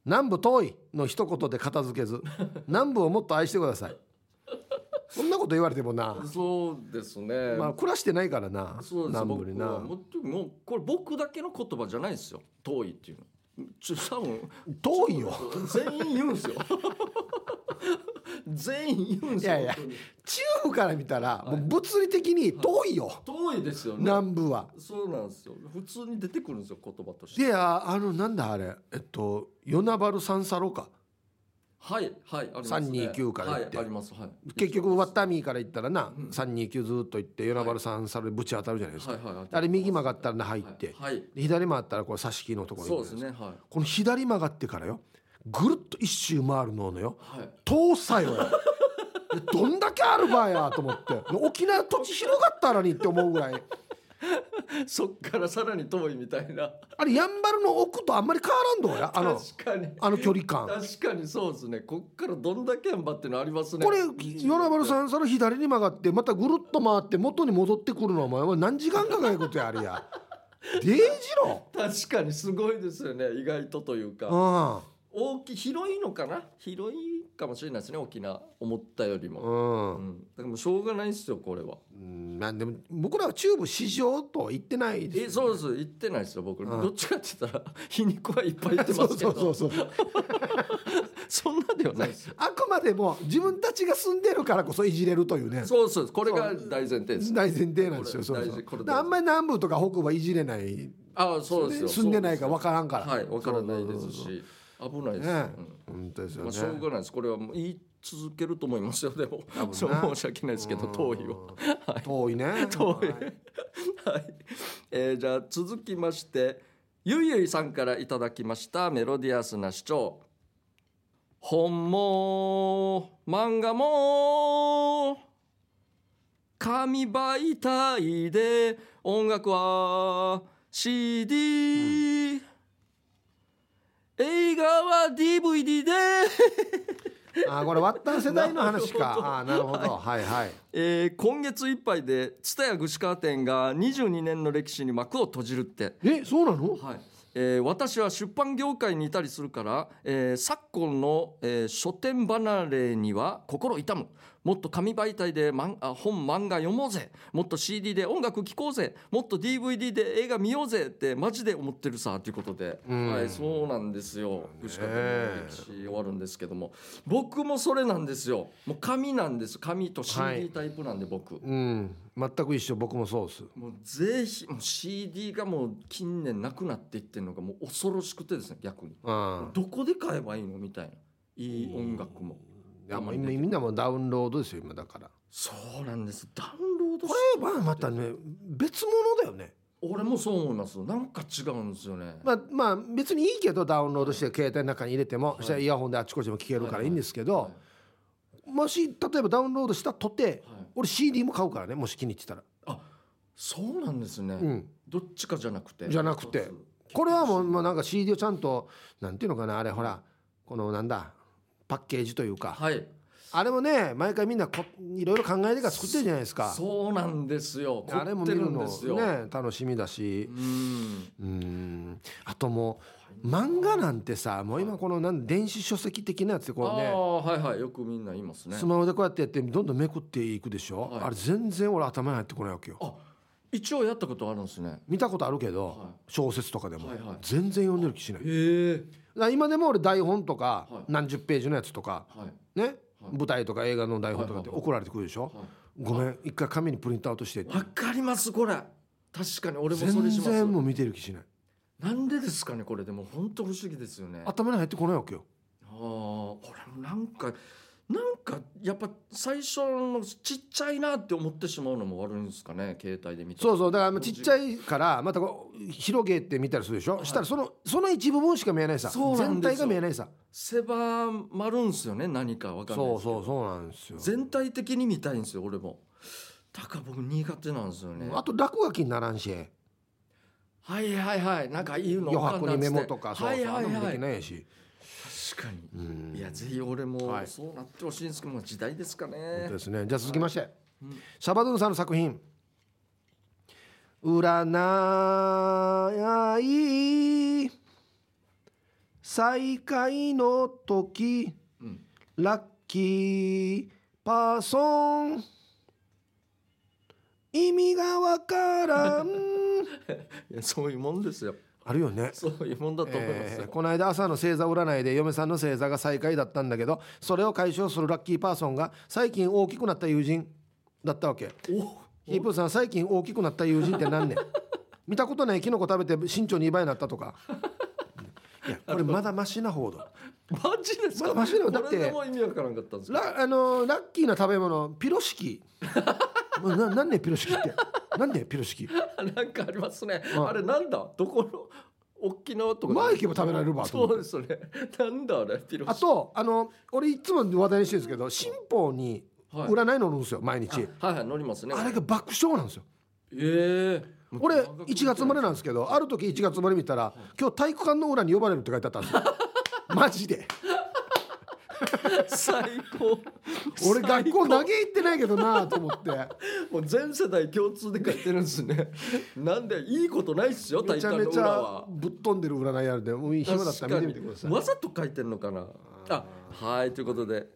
[SPEAKER 2] 南部遠いの一言で片付けず南部をもっと愛してくださいそんなこと言われてもな、
[SPEAKER 1] そうですね、
[SPEAKER 2] まあ、暮らしてないからな
[SPEAKER 1] そうです
[SPEAKER 2] 南部
[SPEAKER 1] 僕
[SPEAKER 2] に
[SPEAKER 1] は
[SPEAKER 2] な
[SPEAKER 1] もうもうこれ僕だけの言葉じゃないですよ遠いっていうのちょ多分
[SPEAKER 2] 遠いよ
[SPEAKER 1] 全員言うんですよ 全員言うんで
[SPEAKER 2] い
[SPEAKER 1] すよ
[SPEAKER 2] やいや
[SPEAKER 1] 本
[SPEAKER 2] 中部から見たらもう物理的に遠いよ、
[SPEAKER 1] 当に遠いですよね
[SPEAKER 2] 南部は。
[SPEAKER 1] そうなんですよ普通に出てくるんですよ言葉として
[SPEAKER 2] でああのなんだあれえっと与那原三サロか
[SPEAKER 1] はいはいありますね
[SPEAKER 2] 329から言って
[SPEAKER 1] はい、ありますはい
[SPEAKER 2] 結局ワッタミーから行ったらな、329ずっと行って与那原三サロにぶち当たるじゃないですか、
[SPEAKER 1] はいはい
[SPEAKER 2] あれ右曲がったら入って、
[SPEAKER 1] はい、はい
[SPEAKER 2] で左曲がったらこれ差し木のところに
[SPEAKER 1] そうで
[SPEAKER 2] 行くじ
[SPEAKER 1] す
[SPEAKER 2] ゃな
[SPEAKER 1] ね
[SPEAKER 2] いですか
[SPEAKER 1] はい
[SPEAKER 2] この左曲がってからよぐるっと一周回るののよ
[SPEAKER 1] はい
[SPEAKER 2] 搭載をよどんだけあるばやと思って沖縄土地広がったのにって思うぐらい
[SPEAKER 1] そっからさらに遠いみたいな
[SPEAKER 2] あれやんばるの奥とあんまり変わらんどうやあの
[SPEAKER 1] 確かに
[SPEAKER 2] あの距離感
[SPEAKER 1] 確かにそうですねこっからどんだけやんばってのありますね
[SPEAKER 2] これ与那原
[SPEAKER 1] ん
[SPEAKER 2] さんそれ左に曲がってまたぐるっと回って元に戻ってくるのお前は何時間かかることやあれや デイジロ
[SPEAKER 1] 確かにすごいですよね意外とというか
[SPEAKER 2] ー
[SPEAKER 1] 大きい広いのかな広いかもしれないですね沖縄思ったより
[SPEAKER 2] う
[SPEAKER 1] も、
[SPEAKER 2] ん
[SPEAKER 1] う
[SPEAKER 2] うん
[SPEAKER 1] ん、だからもうしょうがないですよこれは
[SPEAKER 2] うんまあでも僕らは中部市場とは言ってないです
[SPEAKER 1] えそうです行ってないですよ僕、
[SPEAKER 2] うん
[SPEAKER 1] どっちかって言ったら 皮肉はいっぱい行ってますけど
[SPEAKER 2] そうそうそうそう
[SPEAKER 1] そんなではないですよ
[SPEAKER 2] あくまでも自分たちが住んでるからこそいじれるというね
[SPEAKER 1] そうそうこれが大前提です
[SPEAKER 2] 大前提なんですよ
[SPEAKER 1] こ
[SPEAKER 2] そ
[SPEAKER 1] れ
[SPEAKER 2] う
[SPEAKER 1] 大事こ
[SPEAKER 2] そ
[SPEAKER 1] れ
[SPEAKER 2] うであんまり南部とか北部はいじれない
[SPEAKER 1] ああそうですよ
[SPEAKER 2] 住んでないから分からんから
[SPEAKER 1] はいわからないです
[SPEAKER 2] そうそう
[SPEAKER 1] し危ないです、
[SPEAKER 2] ね
[SPEAKER 1] うん
[SPEAKER 2] そう本当ですよ
[SPEAKER 1] ま
[SPEAKER 2] ね
[SPEAKER 1] あ、しょうがないですこれはもう言い続けると思いますよでも
[SPEAKER 2] 多分な
[SPEAKER 1] そう申し訳ないですけど遠いわ
[SPEAKER 2] うん遠いね
[SPEAKER 1] 遠い
[SPEAKER 2] は
[SPEAKER 1] はい、えーじゃあ続きましてゆいゆいさんからいただきましたメロディアスな主張本も漫画も紙媒体で音楽は CD、映画は DVD で、
[SPEAKER 2] あーこれワッタン世代の話
[SPEAKER 1] なるほど
[SPEAKER 2] かあ ーなるほどはいはい
[SPEAKER 1] えー今月いっぱいで蔦屋串川店が22年の歴史に幕を閉じるって
[SPEAKER 2] えそうなの
[SPEAKER 1] はいえー私は出版業界にいたりするから、えー昨今の、えー書店離れには心痛むもっと紙媒体で漫あ本漫画読もうぜもっと CD で音楽聴こうぜもっと DVD で映画見ようぜってマジで思ってるさということで、
[SPEAKER 2] うん
[SPEAKER 1] はい、そうなんですよ
[SPEAKER 2] え
[SPEAKER 1] 串カツの歴史終わるんですけども僕もそれなんですよもう紙なんです紙と
[SPEAKER 2] はい
[SPEAKER 1] CD タイプなんで僕。
[SPEAKER 2] うん全く一緒僕もそうです
[SPEAKER 1] もうぜひもう CD がもう近年なくなっていってるのがもう恐ろしくてですね逆に
[SPEAKER 2] うん
[SPEAKER 1] どこで買えばいいのみたいないい音楽も
[SPEAKER 2] いやもう今みんなもうダウンロードですよ今だから
[SPEAKER 1] そうなんですダウンロードし
[SPEAKER 2] これはまたね別物だよね
[SPEAKER 1] 俺もそう思いますなんか違うんですよね、
[SPEAKER 2] まあまあ別にいいけどダウンロードして携帯の中に入れても、
[SPEAKER 1] い
[SPEAKER 2] そしたらイヤホンであちこちでも聴けるからいいんですけど、
[SPEAKER 1] はい
[SPEAKER 2] もし例えばダウンロードしたとて
[SPEAKER 1] はい
[SPEAKER 2] 俺 CD も買うからねもし気に入ってたら、
[SPEAKER 1] そうなんですね、
[SPEAKER 2] うん、
[SPEAKER 1] どっちかじゃなくて
[SPEAKER 2] じゃなくてこれはもうもうなんか CD をちゃんとなんていうのかなあれほらこのなんだパッケージというか、
[SPEAKER 1] はい
[SPEAKER 2] あれもね毎回みんなこいろいろ考えてから作ってるじゃないですか
[SPEAKER 1] そうなんですよ
[SPEAKER 2] あれ
[SPEAKER 1] 凝
[SPEAKER 2] も見
[SPEAKER 1] って
[SPEAKER 2] る
[SPEAKER 1] るん
[SPEAKER 2] の
[SPEAKER 1] ですよ、
[SPEAKER 2] ね楽しみだし
[SPEAKER 1] うん
[SPEAKER 2] うんあともう漫画なんてさもう今このなん電子書籍的なやつでこう
[SPEAKER 1] あ
[SPEAKER 2] ね
[SPEAKER 1] あはいはいよくみんな言いますね
[SPEAKER 2] スマホでこうやってやってどんどんめくっていくでしょ、
[SPEAKER 1] はい
[SPEAKER 2] あれ全然俺頭に入ってこないわけよ
[SPEAKER 1] あ一応やったことあるんですね
[SPEAKER 2] 見たことあるけど、
[SPEAKER 1] は
[SPEAKER 2] 小説とかでも、
[SPEAKER 1] はいはい
[SPEAKER 2] 全然読んでる気しないだか
[SPEAKER 1] へえ
[SPEAKER 2] ら今でも俺台本とか、
[SPEAKER 1] はい
[SPEAKER 2] 何十ページのやつとか
[SPEAKER 1] はい
[SPEAKER 2] ね、
[SPEAKER 1] はい
[SPEAKER 2] 舞台とか映画の台本とかって
[SPEAKER 1] はいはいはい
[SPEAKER 2] 送られてくるでしょ、
[SPEAKER 1] はい
[SPEAKER 2] ごめん一回紙にプリントアウトしてって
[SPEAKER 1] わかりますこれ確かに俺もそ
[SPEAKER 2] 全
[SPEAKER 1] れします
[SPEAKER 2] 然もう見てる気しない
[SPEAKER 1] なんでですかねこれでも本当不思議ですよねあ
[SPEAKER 2] 頭に入ってこないわけよ
[SPEAKER 1] あー俺もなんかなんかやっぱ最初のちっちゃいなって思ってしまうのも悪いんですかね携帯で見て
[SPEAKER 2] そう
[SPEAKER 1] う
[SPEAKER 2] そうだからもうちっちゃいからまたこう広げて見たりするでしょ、
[SPEAKER 1] はい
[SPEAKER 2] したらそのその一部分しか見えないさ
[SPEAKER 1] そうなん
[SPEAKER 2] 全
[SPEAKER 1] ですよ
[SPEAKER 2] 体が見えないさ
[SPEAKER 1] 狭まるんですよね何かわかんない
[SPEAKER 2] そ
[SPEAKER 1] で
[SPEAKER 2] う
[SPEAKER 1] すけど
[SPEAKER 2] そうそうなんですよ
[SPEAKER 1] 全体的に見たいんですよ俺もだから僕苦手なんですよね
[SPEAKER 2] あと落書きにならんし
[SPEAKER 1] はいはいはいなんかいいの
[SPEAKER 2] 余白にメモ
[SPEAKER 1] わか
[SPEAKER 2] と
[SPEAKER 1] んな
[SPEAKER 2] か
[SPEAKER 1] いっつ
[SPEAKER 2] そう
[SPEAKER 1] って
[SPEAKER 2] そうあ
[SPEAKER 1] はい
[SPEAKER 2] んな
[SPEAKER 1] はい
[SPEAKER 2] のもで
[SPEAKER 1] は
[SPEAKER 2] き
[SPEAKER 1] い
[SPEAKER 2] ないし
[SPEAKER 1] 確かに
[SPEAKER 2] うん
[SPEAKER 1] いやぜひ俺も
[SPEAKER 2] はい
[SPEAKER 1] そうなってほしいんですけど、まあ時代ですか
[SPEAKER 2] そう
[SPEAKER 1] ね。
[SPEAKER 2] ですねじゃあ続きまして
[SPEAKER 1] うん
[SPEAKER 2] シャバドゥンさんの作品「占い再会の時
[SPEAKER 1] うん
[SPEAKER 2] ラッキーパーソン意味がわからん」
[SPEAKER 1] いやそういうもんですよ。
[SPEAKER 2] あるよね
[SPEAKER 1] そういうもんだと思います
[SPEAKER 2] えー
[SPEAKER 1] よ。
[SPEAKER 2] この間朝の星座占いで嫁さんの星座が最下位だったんだけどそれを解消するラッキーパーソンが最近大きくなった友人だったわけヒープーさん最近大きくなった友人って何ねん見たことないキノコ食べて身長2倍になったとかいやこれまだマシな方だ
[SPEAKER 1] おマジです
[SPEAKER 2] ま
[SPEAKER 1] か。
[SPEAKER 2] あマジだよだって
[SPEAKER 1] これでも意味わからんかったんですか。
[SPEAKER 2] ラ,、あのーラッキーな食べ物ピロシキ もうななんねんピロシキってなんねんピロシキ
[SPEAKER 1] なんかありますね。
[SPEAKER 2] うん
[SPEAKER 1] あれなんだ。どこの沖縄とか。
[SPEAKER 2] 前行けば食べられるわと
[SPEAKER 1] そ
[SPEAKER 2] 思
[SPEAKER 1] うですね。 なんだあれピロシ
[SPEAKER 2] あとあの俺いつも話題にしてるんですけど新報に
[SPEAKER 1] はい
[SPEAKER 2] 占いの乗るんですよ毎日、
[SPEAKER 1] はいはい乗りますね。
[SPEAKER 2] あれが爆笑なんですよ
[SPEAKER 1] ええ
[SPEAKER 2] 俺1月生まれなんですけどある時1月生まれ見たら今日体育館の裏に呼ばれるって書いてあった んですよマジで
[SPEAKER 1] 最高
[SPEAKER 2] 俺学校投
[SPEAKER 1] だ
[SPEAKER 2] げ入ってないけどなと思って
[SPEAKER 1] もう全世代共通で書いてるんですねなんでいいことないっすよ
[SPEAKER 2] め
[SPEAKER 1] 体
[SPEAKER 2] ちゃ
[SPEAKER 1] 感の
[SPEAKER 2] めち
[SPEAKER 1] 裏
[SPEAKER 2] ゃ
[SPEAKER 1] は
[SPEAKER 2] ぶっ飛んでる占いあるんでもう暇だったら見てみてください
[SPEAKER 1] わざと書いてんのかなあはいということで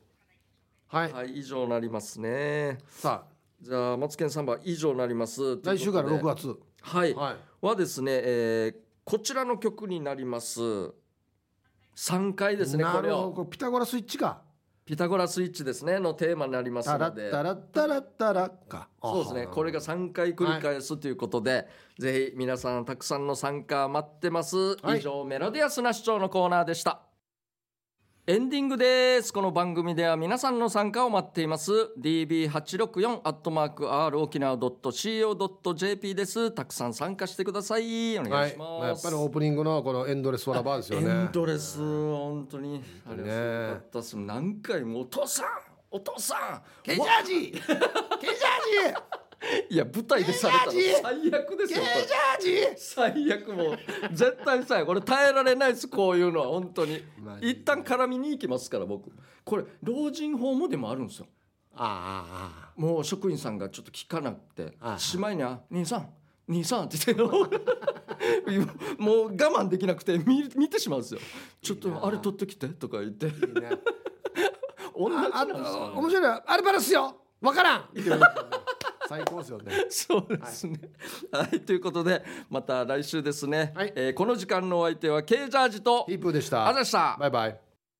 [SPEAKER 2] はい、
[SPEAKER 1] はい以上になりますね
[SPEAKER 2] さあ
[SPEAKER 1] じゃあマツケンさんは以上になります
[SPEAKER 2] 来週から
[SPEAKER 1] という
[SPEAKER 2] 6
[SPEAKER 1] ことで
[SPEAKER 2] 月
[SPEAKER 1] はい、
[SPEAKER 2] はい
[SPEAKER 1] はですね、えーこちらの曲になります3回ですね
[SPEAKER 2] な
[SPEAKER 1] これ
[SPEAKER 2] るほど
[SPEAKER 1] を
[SPEAKER 2] これピタゴラスイッチか
[SPEAKER 1] ピタゴラスイッチですねのテーマになります
[SPEAKER 2] タラ
[SPEAKER 1] の
[SPEAKER 2] ッ
[SPEAKER 1] で
[SPEAKER 2] タラッタラッタラッか
[SPEAKER 1] そうですねこれが3回繰り返すということで、ぜひ皆さんたくさんの参加待ってます、
[SPEAKER 2] はい
[SPEAKER 1] 以上メロディアスな視聴のコーナーでしたエンディングですこの番組では皆さんの参加を待っています db864 アットマーク r 沖縄 .co.jp ですたくさん参加してくださいお
[SPEAKER 2] は
[SPEAKER 1] 願い
[SPEAKER 2] い
[SPEAKER 1] し
[SPEAKER 2] まあや
[SPEAKER 1] ま
[SPEAKER 2] っ
[SPEAKER 1] す、
[SPEAKER 2] ぱりオープニングのこのエンドレスワラバーですよね
[SPEAKER 1] エンドレス本当にあれは
[SPEAKER 2] 当にね
[SPEAKER 1] すごかったっす何回もお父さんお父さん
[SPEAKER 2] ケジャージーケジャージー
[SPEAKER 1] いや舞台でされたの
[SPEAKER 2] ケジャー
[SPEAKER 1] 最悪です
[SPEAKER 2] ケ
[SPEAKER 1] よこれ
[SPEAKER 2] ジャージ
[SPEAKER 1] 最悪もう絶対最悪俺耐えられないですこういうのは本当に
[SPEAKER 2] マジで
[SPEAKER 1] 一旦絡みに行きますから僕これ老人ホームでもあるんですよ
[SPEAKER 2] あ
[SPEAKER 1] もう職員さんがちょっと聞かなくて
[SPEAKER 2] ああ
[SPEAKER 1] しまいには「兄さん兄さん」って言って もう我慢できなくて見見てしまうんですよ「ちょっとあれ取ってきて」とか言って
[SPEAKER 2] あああいいね
[SPEAKER 1] 同じなん
[SPEAKER 2] あ
[SPEAKER 1] ですよ
[SPEAKER 2] あ
[SPEAKER 1] ね
[SPEAKER 2] 面白いなアルバルスよわからん言ってくれる最高ですよね
[SPEAKER 1] そうですね。はい、ということで、また来週ですね。
[SPEAKER 2] はい
[SPEAKER 1] えーこの時間のお相手は K ジャージと
[SPEAKER 2] ヒープーでした
[SPEAKER 1] あざした
[SPEAKER 2] バイバイ